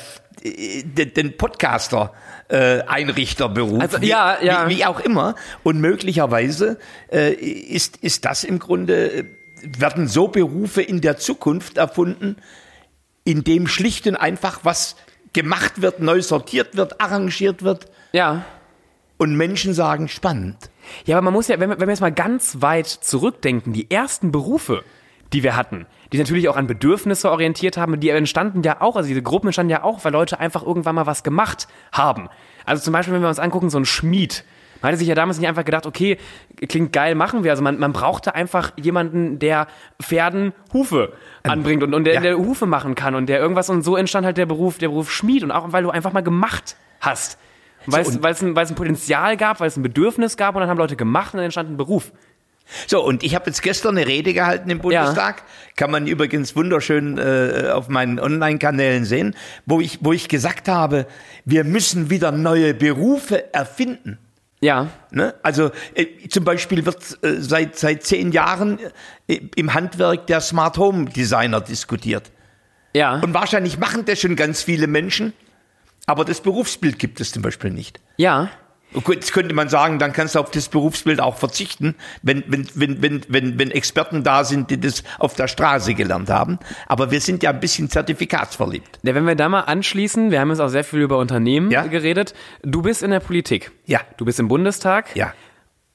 [SPEAKER 1] äh, de- den Podcaster, äh, Einrichterberuf.
[SPEAKER 2] Also, ja,
[SPEAKER 1] wie,
[SPEAKER 2] ja.
[SPEAKER 1] Wie, wie auch immer. Und möglicherweise äh, ist, ist das im Grunde, äh, werden so Berufe in der Zukunft erfunden, in dem schlicht und einfach was gemacht wird, neu sortiert wird, arrangiert wird
[SPEAKER 2] Ja.
[SPEAKER 1] und Menschen sagen, spannend.
[SPEAKER 2] Ja, aber man muss ja, wenn, wir- wenn wir jetzt mal ganz weit zurückdenken, die ersten Berufe, die wir hatten, die natürlich auch an Bedürfnisse orientiert haben, die entstanden ja auch, also diese Gruppen entstanden ja auch, weil Leute einfach irgendwann mal was gemacht haben. Also zum Beispiel, wenn wir uns angucken, so ein Schmied. Man hatte sich ja damals nicht einfach gedacht, okay, klingt geil, machen wir. Also man, man brauchte einfach jemanden, der Pferden Hufe anbringt und, und der,
[SPEAKER 1] Ähm, ja.
[SPEAKER 2] der Hufe machen kann und der irgendwas und so entstand halt der Beruf, der Beruf Schmied und auch weil du einfach mal gemacht hast. Weil es
[SPEAKER 1] und-
[SPEAKER 2] weil es ein, weil es ein Potenzial gab, weil es ein Bedürfnis gab und dann haben Leute gemacht und dann entstand ein Beruf.
[SPEAKER 1] So, und ich habe jetzt gestern eine Rede gehalten im Bundestag, kann man übrigens wunderschön äh, auf meinen Online-Kanälen sehen, wo ich, wo ich gesagt habe, wir müssen wieder neue Berufe erfinden.
[SPEAKER 2] Ja,
[SPEAKER 1] Ne? Also äh, zum Beispiel wird äh, seit, seit zehn Jahren äh, im Handwerk der Smart Home Designer diskutiert.
[SPEAKER 2] ja,
[SPEAKER 1] Und wahrscheinlich machen das schon ganz viele Menschen, aber das Berufsbild gibt es zum Beispiel nicht.
[SPEAKER 2] ja.
[SPEAKER 1] Gut, jetzt könnte man sagen, dann kannst du auf das Berufsbild auch verzichten, wenn, wenn, wenn, wenn, wenn, wenn Experten da sind, die das auf der Straße gelernt haben. Aber wir sind ja ein bisschen zertifikatsverliebt.
[SPEAKER 2] Ja, wenn wir da mal anschließen, wir haben jetzt auch sehr viel über Unternehmen
[SPEAKER 1] Ja.
[SPEAKER 2] geredet. Du bist in der Politik.
[SPEAKER 1] Ja.
[SPEAKER 2] Du bist im Bundestag.
[SPEAKER 1] Ja.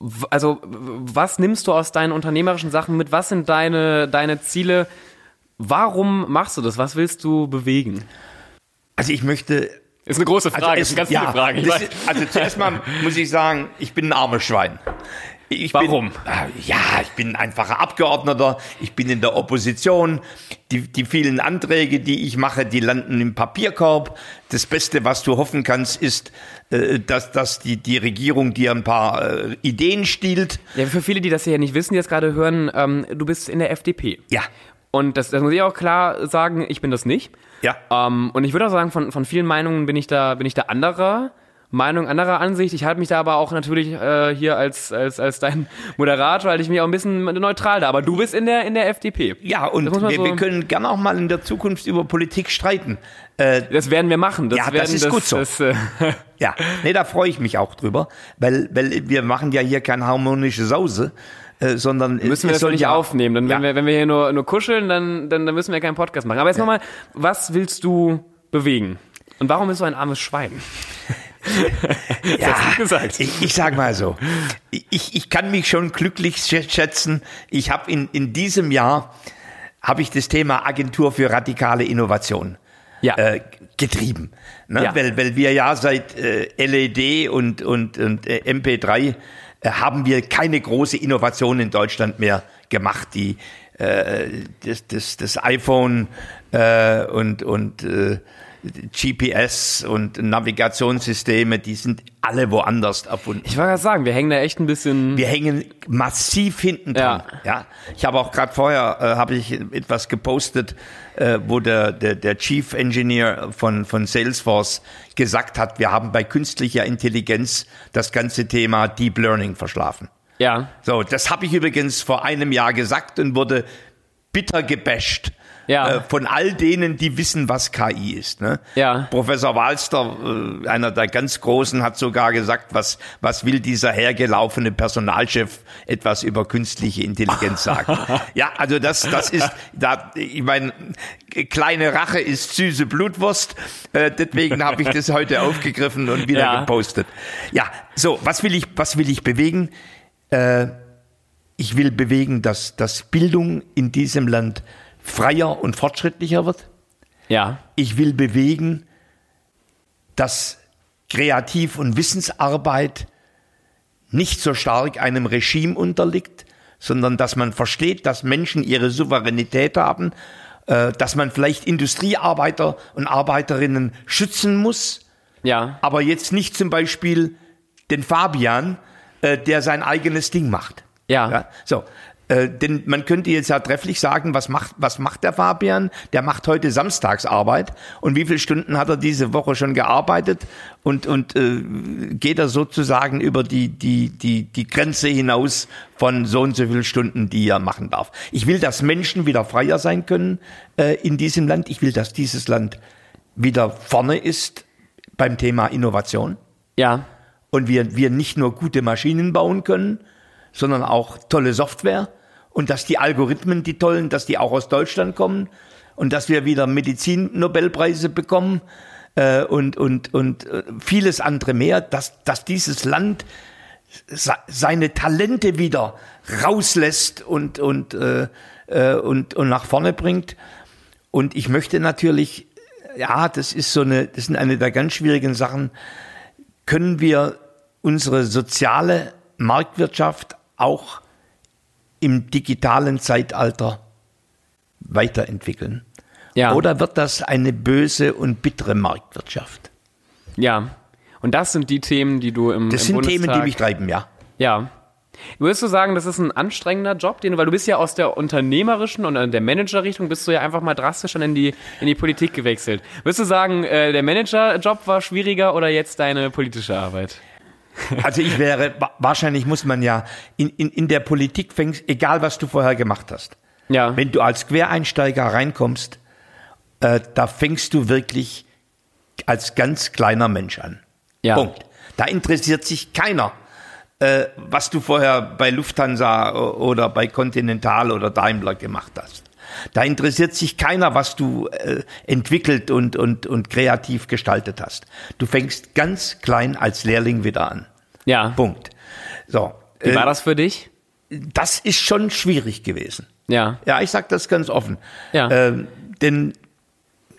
[SPEAKER 2] W- Also, w- was nimmst du aus deinen unternehmerischen Sachen mit? Was sind deine, deine Ziele? Warum machst du das? Was willst du bewegen?
[SPEAKER 1] Also ich möchte.
[SPEAKER 2] Ist eine große Frage.
[SPEAKER 1] Also
[SPEAKER 2] das sind ganz
[SPEAKER 1] ja,
[SPEAKER 2] viele Fragen. Ich
[SPEAKER 1] das
[SPEAKER 2] weiß.
[SPEAKER 1] ist, also zuerst mal muss ich sagen, ich bin ein armes Schwein. Ich
[SPEAKER 2] Warum?
[SPEAKER 1] Bin, Ah, ja, ich bin ein einfacher Abgeordneter, ich bin in der Opposition. Die, die vielen Anträge, die ich mache, die landen im Papierkorb. Das Beste, was du hoffen kannst, ist, äh, dass, dass die, die Regierung dir ein paar äh, Ideen stiehlt.
[SPEAKER 2] Ja, für viele, die das hier nicht wissen, die jetzt gerade hören, ähm, du bist in der FDP.
[SPEAKER 1] Ja.
[SPEAKER 2] Und das, das muss ich auch klar sagen, ich bin das nicht.
[SPEAKER 1] Ja.
[SPEAKER 2] Ähm, und ich würde auch sagen, von, von vielen Meinungen bin ich da, bin ich da anderer Meinung, anderer Ansicht. Ich halte mich da aber auch natürlich äh, hier als, als, als dein Moderator, halte ich mich auch ein bisschen neutral da. Aber du bist in der, in der FDP.
[SPEAKER 1] Ja, und
[SPEAKER 2] das, muss man
[SPEAKER 1] wir,
[SPEAKER 2] so,
[SPEAKER 1] wir können gerne auch mal in der Zukunft über Politik streiten. Äh,
[SPEAKER 2] das werden wir machen. Das
[SPEAKER 1] Ja, das
[SPEAKER 2] werden,
[SPEAKER 1] ist gut so.
[SPEAKER 2] Das, äh,
[SPEAKER 1] Ja, nee, da freue ich mich auch drüber, weil, weil wir machen ja hier keine harmonische Sause, äh, sondern
[SPEAKER 2] müssen wir das nicht aufnehmen. Dann, wenn, wir, wenn wir hier nur, nur kuscheln, dann, dann, dann müssen wir keinen Podcast machen. Aber jetzt nochmal, was willst du bewegen? Und warum bist du ein armes Schwein?
[SPEAKER 1] ja,
[SPEAKER 2] hast du gesagt.
[SPEAKER 1] Ich, ich sag mal so, ich, ich kann mich schon glücklich schä- schätzen. Ich habe in, in diesem Jahr habe ich das Thema Agentur für radikale Innovation
[SPEAKER 2] Ja.
[SPEAKER 1] äh, getrieben. Ne?
[SPEAKER 2] Ja.
[SPEAKER 1] Weil, weil wir ja seit äh, LED und, und, und äh, MP3 äh, haben wir keine große Innovation in Deutschland mehr gemacht, die äh, das, das, das iPhone äh, und, und äh, GPS und Navigationssysteme, die sind alle woanders erfunden.
[SPEAKER 2] Ich wollte gerade sagen, wir hängen da echt ein bisschen.
[SPEAKER 1] Wir hängen massiv hinten dran. Ja. Ich habe auch gerade vorher äh, habe ich etwas gepostet, äh, wo der, der, der Chief Engineer von, von Salesforce gesagt hat, wir haben bei künstlicher Intelligenz das ganze Thema Deep Learning verschlafen.
[SPEAKER 2] ja.
[SPEAKER 1] So, das habe ich übrigens vor einem Jahr gesagt und wurde bitter gebasht.
[SPEAKER 2] Ja.
[SPEAKER 1] Äh, Von all denen, die wissen, was KI ist. Ne?
[SPEAKER 2] Ja.
[SPEAKER 1] Professor Walster, äh, einer der ganz Großen, hat sogar gesagt, was, was will dieser hergelaufene Personalchef etwas über künstliche Intelligenz sagen. ja, also das, das ist, da, ich meine, kleine Rache ist süße Blutwurst. Äh, deswegen habe ich das heute aufgegriffen und wieder
[SPEAKER 2] Ja.
[SPEAKER 1] gepostet. Ja, so, was will ich, was will ich bewegen? Äh, ich will bewegen, dass, dass Bildung in diesem Land freier und fortschrittlicher wird.
[SPEAKER 2] Ja.
[SPEAKER 1] Ich will bewegen, dass Kreativ- und Wissensarbeit nicht so stark einem Regime unterliegt, sondern dass man versteht, dass Menschen ihre Souveränität haben, äh, dass man vielleicht Industriearbeiter und Arbeiterinnen schützen muss,
[SPEAKER 2] Ja.
[SPEAKER 1] aber jetzt nicht zum Beispiel den Fabian, äh, der sein eigenes Ding macht.
[SPEAKER 2] Ja.
[SPEAKER 1] ja so. Äh, denn man könnte jetzt ja trefflich sagen, was macht, was macht der Fabian? Der macht heute Samstagsarbeit. Und wie viele Stunden hat er diese Woche schon gearbeitet? Und, und äh, geht er sozusagen über die, die, die, die Grenze hinaus von so und so vielen Stunden, die er machen darf? Ich will, dass Menschen wieder freier sein können äh, in diesem Land. Ich will, dass dieses Land wieder vorne ist beim Thema Innovation
[SPEAKER 2] Ja.
[SPEAKER 1] und wir, wir nicht nur gute Maschinen bauen können, sondern auch tolle Software und dass die Algorithmen, die tollen, dass die auch aus Deutschland kommen und dass wir wieder Medizin-Nobelpreise bekommen äh, und, und, und äh, vieles andere mehr, dass, dass dieses Land se- seine Talente wieder rauslässt und, und, äh, äh, und, und nach vorne bringt. Und ich möchte natürlich, ja, das ist so eine, das sind eine der ganz schwierigen Sachen, können wir unsere soziale Marktwirtschaft auch im digitalen Zeitalter weiterentwickeln?
[SPEAKER 2] Ja.
[SPEAKER 1] Oder wird das eine böse und bittere Marktwirtschaft?
[SPEAKER 2] Ja. Und das sind die Themen, die du im
[SPEAKER 1] Das
[SPEAKER 2] im
[SPEAKER 1] sind
[SPEAKER 2] Bundestag,
[SPEAKER 1] Themen, die mich treiben, ja.
[SPEAKER 2] Ja. Würdest du sagen, das ist ein anstrengender Job, den, du- weil du bist ja aus der unternehmerischen und äh, der Managerrichtung bist du ja einfach mal drastisch schon in die, in die Politik gewechselt. Würdest du sagen, äh, der Managerjob war schwieriger oder jetzt deine politische Arbeit?
[SPEAKER 1] Also ich wäre, wa- wahrscheinlich muss man ja, in, in, in der Politik fängst, egal was du vorher gemacht hast,
[SPEAKER 2] Ja.
[SPEAKER 1] wenn du als Quereinsteiger reinkommst, äh, da fängst du wirklich als ganz kleiner Mensch an.
[SPEAKER 2] Ja.
[SPEAKER 1] Punkt. Da interessiert sich keiner, äh, was du vorher bei Lufthansa äh, oder bei Continental oder Daimler gemacht hast. Da interessiert sich keiner, was du äh, entwickelt und, und, und kreativ gestaltet hast. Du fängst ganz klein als Lehrling wieder an.
[SPEAKER 2] Ja.
[SPEAKER 1] Punkt. So.
[SPEAKER 2] Wie war
[SPEAKER 1] äh,
[SPEAKER 2] das für dich?
[SPEAKER 1] das ist schon schwierig gewesen.
[SPEAKER 2] Ja.
[SPEAKER 1] Ja, ich sag das ganz offen.
[SPEAKER 2] Ja.
[SPEAKER 1] Ähm, denn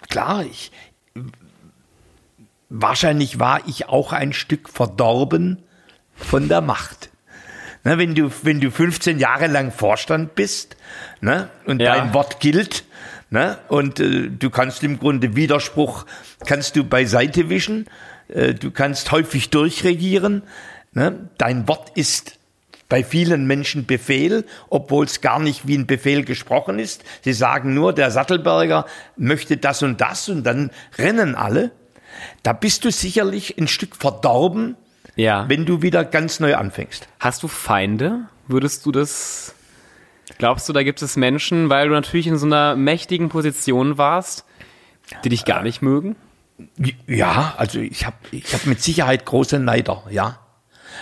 [SPEAKER 1] klar, ich wahrscheinlich war ich auch ein Stück verdorben von der Macht. Ne, wenn du wenn du 15 Jahre lang Vorstand bist, ne, und
[SPEAKER 2] Ja.
[SPEAKER 1] dein Wort gilt, ne, und äh, du kannst im Grunde Widerspruch kannst du beiseite wischen, äh, du kannst häufig durchregieren, ne, dein Wort ist bei vielen Menschen Befehl, obwohl es gar nicht wie ein Befehl gesprochen ist. Sie sagen nur, der Sattelberger möchte das und das und dann rennen alle. Da bist du sicherlich ein Stück verdorben,
[SPEAKER 2] Ja.
[SPEAKER 1] wenn du wieder ganz neu anfängst.
[SPEAKER 2] Hast du Feinde? Würdest du das. Glaubst du, da gibt es Menschen, weil du natürlich in so einer mächtigen Position warst, die dich
[SPEAKER 1] Äh.
[SPEAKER 2] gar nicht mögen?
[SPEAKER 1] Ja, also ich habe ich hab mit Sicherheit große Neider, ja.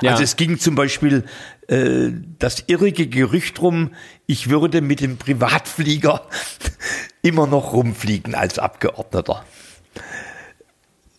[SPEAKER 2] Ja.
[SPEAKER 1] Also es ging zum Beispiel äh, das irrige Gerücht rum, ich würde mit dem Privatflieger immer noch rumfliegen als Abgeordneter.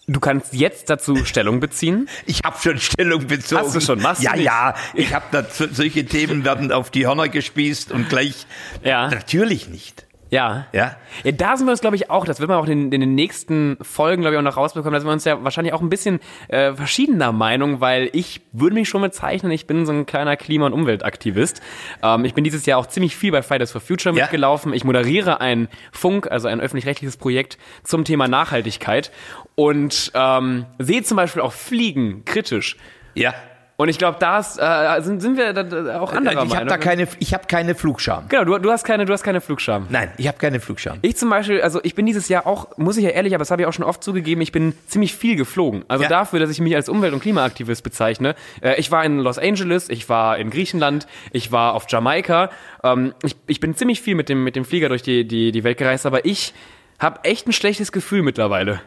[SPEAKER 2] Du kannst jetzt dazu Stellung beziehen.
[SPEAKER 1] Ich habe schon Stellung bezogen.
[SPEAKER 2] Hast du schon, machst du
[SPEAKER 1] Ja,
[SPEAKER 2] nicht.
[SPEAKER 1] ja. Ich habe da solche Themen werden auf die Hörner gespießt und gleich.
[SPEAKER 2] Ja.
[SPEAKER 1] Natürlich nicht.
[SPEAKER 2] Ja.
[SPEAKER 1] Ja.
[SPEAKER 2] Ja, da sind wir uns, glaube ich, auch, das wird man auch in, in den nächsten Folgen, glaube ich, auch noch rausbekommen, da sind wir uns ja wahrscheinlich auch ein bisschen äh, verschiedener Meinung, weil ich würde mich schon bezeichnen, ich bin so ein kleiner Klima- und Umweltaktivist. Ähm, ich bin dieses Jahr auch ziemlich viel bei Fridays for Future
[SPEAKER 1] Ja.
[SPEAKER 2] mitgelaufen. Ich moderiere einen Funk, also ein öffentlich-rechtliches Projekt zum Thema Nachhaltigkeit und ähm, sehe zum Beispiel auch Fliegen kritisch.
[SPEAKER 1] Ja.
[SPEAKER 2] Und ich glaube, da ist, äh, sind, sind wir da- da auch anderer
[SPEAKER 1] ich habe
[SPEAKER 2] Meinung.
[SPEAKER 1] da keine, ich habe keine Flugscham.
[SPEAKER 2] genau, du, du hast keine, du hast keine Flugscham.
[SPEAKER 1] Nein, ich habe keine Flugscham.
[SPEAKER 2] Ich zum Beispiel, also ich bin dieses Jahr auch, muss ich ja ehrlich, aber das habe ich auch schon oft zugegeben, ich bin ziemlich viel geflogen. Also
[SPEAKER 1] Ja.
[SPEAKER 2] dafür, dass ich mich als Umwelt- und Klimaaktivist bezeichne. Äh, ich war in Los Angeles, ich war in Griechenland, ich war auf Jamaika. Ähm, ich, ich bin ziemlich viel mit dem, mit dem Flieger durch die, die, die Welt gereist, aber ich habe echt ein schlechtes Gefühl mittlerweile.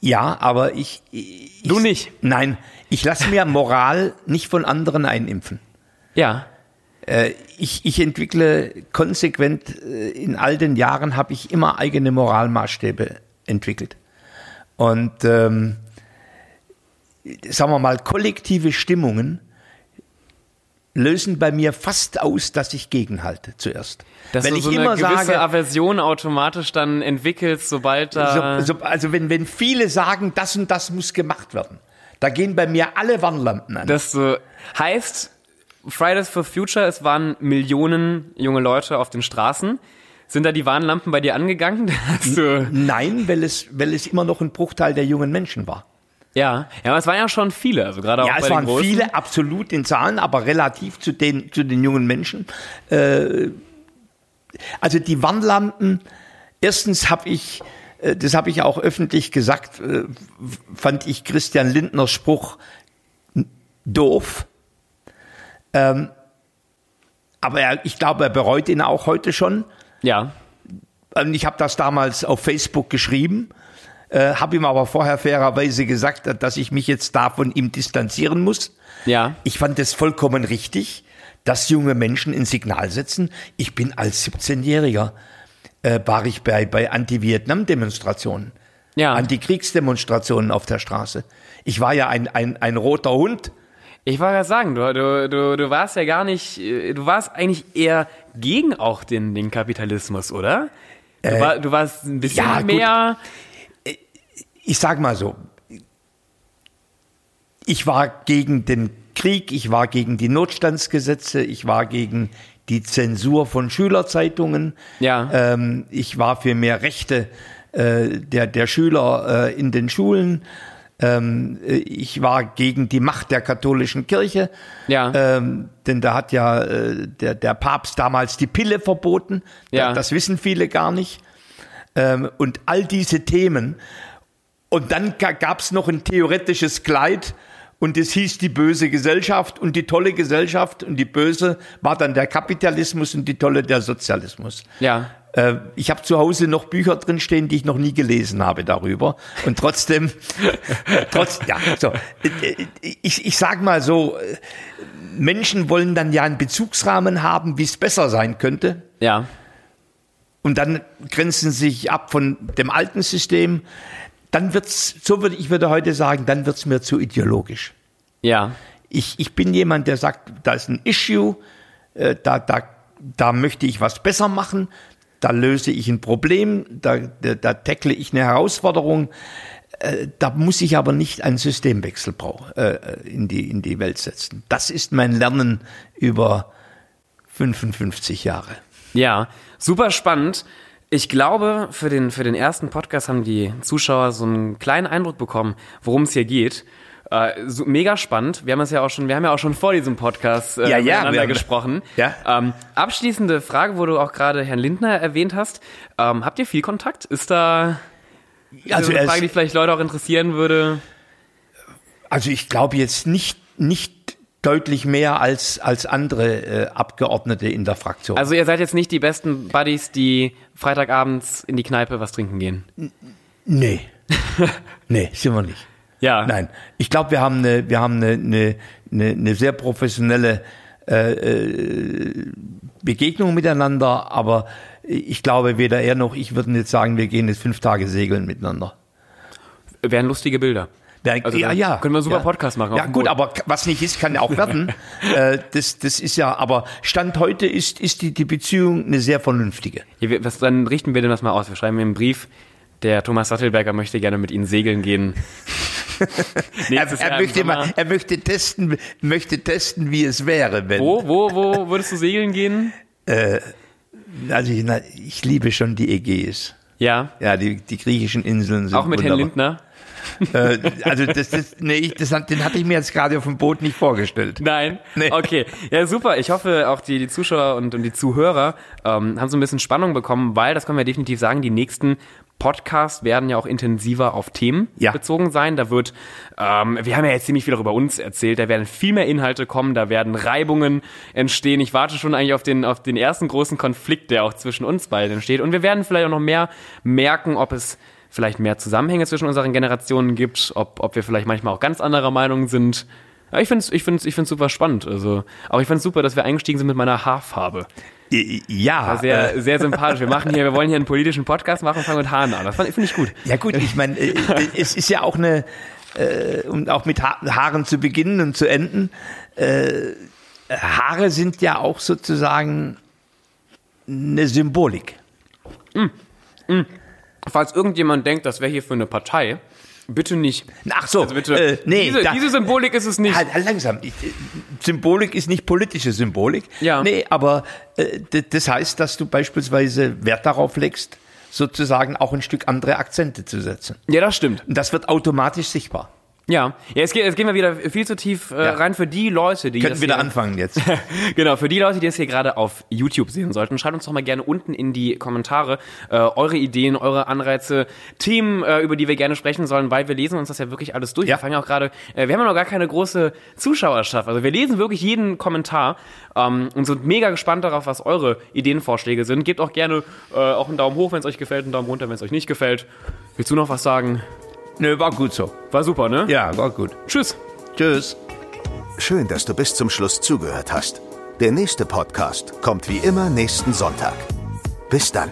[SPEAKER 1] Ja, aber ich. ich
[SPEAKER 2] Du nicht?
[SPEAKER 1] Nein, ich lasse mir Moral nicht von anderen einimpfen.
[SPEAKER 2] Ja.
[SPEAKER 1] ich, ich entwickle konsequent, äh, in all den Jahren habe ich immer eigene Moralmaßstäbe entwickelt. Und ähm, sagen wir mal, kollektive Stimmungen lösen bei mir fast aus, dass ich gegenhalte zuerst.
[SPEAKER 2] Dass
[SPEAKER 1] Wenn
[SPEAKER 2] du
[SPEAKER 1] ich
[SPEAKER 2] so eine
[SPEAKER 1] immer
[SPEAKER 2] gewisse
[SPEAKER 1] sage,
[SPEAKER 2] Aversion automatisch dann entwickelst, sobald da...
[SPEAKER 1] so, so, also wenn, wenn viele sagen, das und das muss gemacht werden, da gehen bei mir alle Warnlampen an.
[SPEAKER 2] Das so heißt Fridays for Future, es waren Millionen junge Leute auf den Straßen. Sind da die Warnlampen bei dir angegangen? Hast du,
[SPEAKER 1] Nein, weil es, weil es immer noch ein Bruchteil der jungen Menschen war.
[SPEAKER 2] ja. ja, aber es waren ja schon viele, also gerade auch
[SPEAKER 1] Ja,
[SPEAKER 2] bei
[SPEAKER 1] es
[SPEAKER 2] den
[SPEAKER 1] waren
[SPEAKER 2] Großen.
[SPEAKER 1] viele absolut in Zahlen, aber relativ zu den, zu den jungen Menschen. Äh, also die Warnlampen, erstens habe ich, äh, das habe ich auch öffentlich gesagt, äh, f- fand ich Christian Lindners Spruch n- doof. Ähm, aber er, ich glaube, er bereut ihn auch heute schon.
[SPEAKER 2] Ja,
[SPEAKER 1] Ähm, Ich habe das damals auf Facebook geschrieben, äh, habe ihm aber vorher fairerweise gesagt, dass ich mich jetzt da von ihm distanzieren muss.
[SPEAKER 2] ja,
[SPEAKER 1] Ich fand es vollkommen richtig, dass junge Menschen ein Signal setzen. Ich bin als 17-Jähriger, äh, war ich bei, bei Anti-Vietnam-Demonstrationen,
[SPEAKER 2] ja.
[SPEAKER 1] Anti-Kriegsdemonstrationen auf der Straße. Ich war ja ein, ein, ein roter Hund.
[SPEAKER 2] Ich wollte gerade sagen, du, du, du, du warst ja gar nicht, äh, du warst eigentlich eher gegen auch den, den Kapitalismus, oder? Du, war, du warst ein bisschen
[SPEAKER 1] Äh, ja, gut.
[SPEAKER 2] mehr,
[SPEAKER 1] ich sag mal so, ich war gegen den Krieg, ich war gegen die Notstandsgesetze, ich war gegen die Zensur von Schülerzeitungen.
[SPEAKER 2] Ja.
[SPEAKER 1] Ähm, ich war für mehr Rechte äh, der, der Schüler äh, in den Schulen. Ähm, äh, ich war gegen die Macht der katholischen Kirche.
[SPEAKER 2] ja.
[SPEAKER 1] Ähm, denn da hat ja äh, der, der Papst damals die Pille verboten.
[SPEAKER 2] Ja.
[SPEAKER 1] Da, das wissen viele gar nicht. Ähm, und all diese Themen. Und dann gab es noch ein theoretisches Kleid und es hieß die böse Gesellschaft und die tolle Gesellschaft und die böse war dann der Kapitalismus und die tolle der Sozialismus.
[SPEAKER 2] ja.
[SPEAKER 1] Äh, ich habe zu Hause noch Bücher drinstehen, die ich noch nie gelesen habe darüber. Und trotzdem, trotz, ja, so, ich, ich sag mal so, Menschen wollen dann ja einen Bezugsrahmen haben, wie es besser sein könnte.
[SPEAKER 2] Ja.
[SPEAKER 1] Und dann grenzen sie sich ab von dem alten System. Dann wird's, so würde ich würde heute sagen, dann wird's mir zu ideologisch.
[SPEAKER 2] Ja.
[SPEAKER 1] Ich, ich bin jemand, der sagt, da ist ein Issue, äh, da, da, da möchte ich was besser machen, da löse ich ein Problem, da, da, da tackle ich eine Herausforderung. Äh, da muss ich aber nicht einen Systemwechsel brauch, äh, in, die, in die Welt setzen. Das ist mein Lernen über 55 Jahre.
[SPEAKER 2] Ja, super spannend. Ich glaube, für den, für den ersten Podcast haben die Zuschauer so einen kleinen Eindruck bekommen, worum es hier geht. Äh, so, mega spannend. Wir haben es ja auch schon, wir haben ja auch schon vor diesem Podcast äh,
[SPEAKER 1] Ja, ja,
[SPEAKER 2] miteinander
[SPEAKER 1] wir haben-
[SPEAKER 2] gesprochen.
[SPEAKER 1] Ja.
[SPEAKER 2] Ähm, abschließende Frage, wo du auch gerade Herrn Lindner erwähnt hast. Ähm, habt ihr viel Kontakt? Ist da also
[SPEAKER 1] er
[SPEAKER 2] eine
[SPEAKER 1] ist-
[SPEAKER 2] Frage, die vielleicht Leute auch interessieren würde?
[SPEAKER 1] Also ich glaube jetzt nicht, nicht deutlich mehr als, als andere äh, Abgeordnete in der Fraktion.
[SPEAKER 2] Also ihr seid jetzt nicht die besten Buddies, die Freitagabends in die Kneipe was trinken gehen.
[SPEAKER 1] nee. nee, sind wir nicht.
[SPEAKER 2] Ja.
[SPEAKER 1] Nein, ich glaube, wir haben eine, wir haben eine, eine, eine, eine sehr professionelle äh, äh, Begegnung miteinander, aber ich glaube, weder er noch ich würden jetzt sagen, wir gehen jetzt fünf Tage segeln miteinander.
[SPEAKER 2] Wären lustige Bilder.
[SPEAKER 1] E Ja,
[SPEAKER 2] Also dann können wir einen super Podcast machen auf
[SPEAKER 1] Ja,
[SPEAKER 2] dem
[SPEAKER 1] gut,
[SPEAKER 2] Boot.
[SPEAKER 1] aber was nicht ist, kann ja auch werden. äh, das, das ist ja, aber Stand heute ist, ist die, die Beziehung eine sehr vernünftige.
[SPEAKER 2] Hier, wir- was, dann richten wir dem das mal aus. Wir schreiben ihm einen Brief. Der Thomas Sattelberger möchte gerne mit Ihnen segeln gehen.
[SPEAKER 1] Er,
[SPEAKER 2] Nächstes Jahr
[SPEAKER 1] er,
[SPEAKER 2] im
[SPEAKER 1] möchte
[SPEAKER 2] Sommer.
[SPEAKER 1] mal, er möchte testen, möchte testen, wie es wäre, wenn.
[SPEAKER 2] Wo, wo, wo würdest du segeln gehen?
[SPEAKER 1] Also ich, na, ich liebe schon die Ägäis.
[SPEAKER 2] Ja.
[SPEAKER 1] Ja, die, die griechischen Inseln sind
[SPEAKER 2] Auch mit Herrn
[SPEAKER 1] wunderbar.
[SPEAKER 2] Lindner?
[SPEAKER 1] Äh, also das, das, nee, ich, das, hat- den hatte ich mir jetzt gerade auf dem Boot nicht vorgestellt.
[SPEAKER 2] Nein.
[SPEAKER 1] Nee.
[SPEAKER 2] Okay. Ja, super. Ich hoffe, auch die, die Zuschauer und, und die Zuhörer ähm, haben so ein bisschen Spannung bekommen, weil, das können wir definitiv sagen, die nächsten Podcasts werden ja auch intensiver auf Themen
[SPEAKER 1] Ja.
[SPEAKER 2] bezogen sein. Da wird, ähm, wir haben ja jetzt ziemlich viel darüber uns erzählt, da werden viel mehr Inhalte kommen, da werden Reibungen entstehen. Ich warte schon eigentlich auf den, auf den ersten großen Konflikt, der auch zwischen uns beiden entsteht. Und wir werden vielleicht auch noch mehr merken, ob es vielleicht mehr Zusammenhänge zwischen unseren Generationen gibt, ob, ob wir vielleicht manchmal auch ganz anderer Meinung sind. Ja, ich find's, ich find's, ich find's super spannend. Also, aber ich find's super, dass wir eingestiegen sind mit meiner Haarfarbe.
[SPEAKER 1] I- Ja,
[SPEAKER 2] Sehr,
[SPEAKER 1] äh,
[SPEAKER 2] sehr sympathisch. Wir machen hier, wir wollen hier einen politischen Podcast machen und fangen mit Haaren an. Das fand- find ich gut.
[SPEAKER 1] ja gut, ich meine, äh, äh, es ist ja auch eine, äh, um auch mit ha Haaren zu beginnen und zu enden, äh, Haare sind ja auch sozusagen eine Symbolik.
[SPEAKER 2] Falls irgendjemand denkt, das wäre hier für eine Partei, bitte nicht.
[SPEAKER 1] Ach so,
[SPEAKER 2] Also bitte,
[SPEAKER 1] äh, nee,
[SPEAKER 2] diese,
[SPEAKER 1] da-
[SPEAKER 2] diese Symbolik ist es nicht.
[SPEAKER 1] Halt, halt langsam. Ich, äh, Symbolik ist nicht politische Symbolik.
[SPEAKER 2] Ja.
[SPEAKER 1] Nee, aber äh, d- das heißt, dass du beispielsweise Wert darauf legst, sozusagen auch ein Stück andere Akzente zu setzen.
[SPEAKER 2] Ja, das stimmt.
[SPEAKER 1] Und das wird automatisch sichtbar.
[SPEAKER 2] Ja. ja jetzt, geht, jetzt gehen wir wieder viel zu tief äh,
[SPEAKER 1] Ja.
[SPEAKER 2] rein für die Leute, die
[SPEAKER 1] Könnten
[SPEAKER 2] das
[SPEAKER 1] wir da
[SPEAKER 2] hier-
[SPEAKER 1] anfangen jetzt.
[SPEAKER 2] genau, für die Leute, die es hier gerade auf YouTube sehen sollten, schreibt uns doch mal gerne unten in die Kommentare äh, eure Ideen, eure Anreize, Themen, äh, über die wir gerne sprechen sollen, weil wir lesen uns das ja wirklich alles durch.
[SPEAKER 1] Ja.
[SPEAKER 2] Wir fangen ja auch gerade, äh, wir haben ja noch gar keine große Zuschauerschaft. Also wir lesen wirklich jeden Kommentar ähm, und sind mega gespannt darauf, was eure Ideenvorschläge sind. Gebt auch gerne äh, auch einen Daumen hoch, wenn es euch gefällt, einen Daumen runter, wenn es euch nicht gefällt. Willst du noch was sagen?
[SPEAKER 1] Nö, war gut so.
[SPEAKER 2] War super, ne?
[SPEAKER 1] Ja, war gut.
[SPEAKER 2] Tschüss.
[SPEAKER 1] Tschüss.
[SPEAKER 3] Schön, dass du bis zum Schluss zugehört hast. Der nächste Podcast kommt wie immer nächsten Sonntag. Bis dann.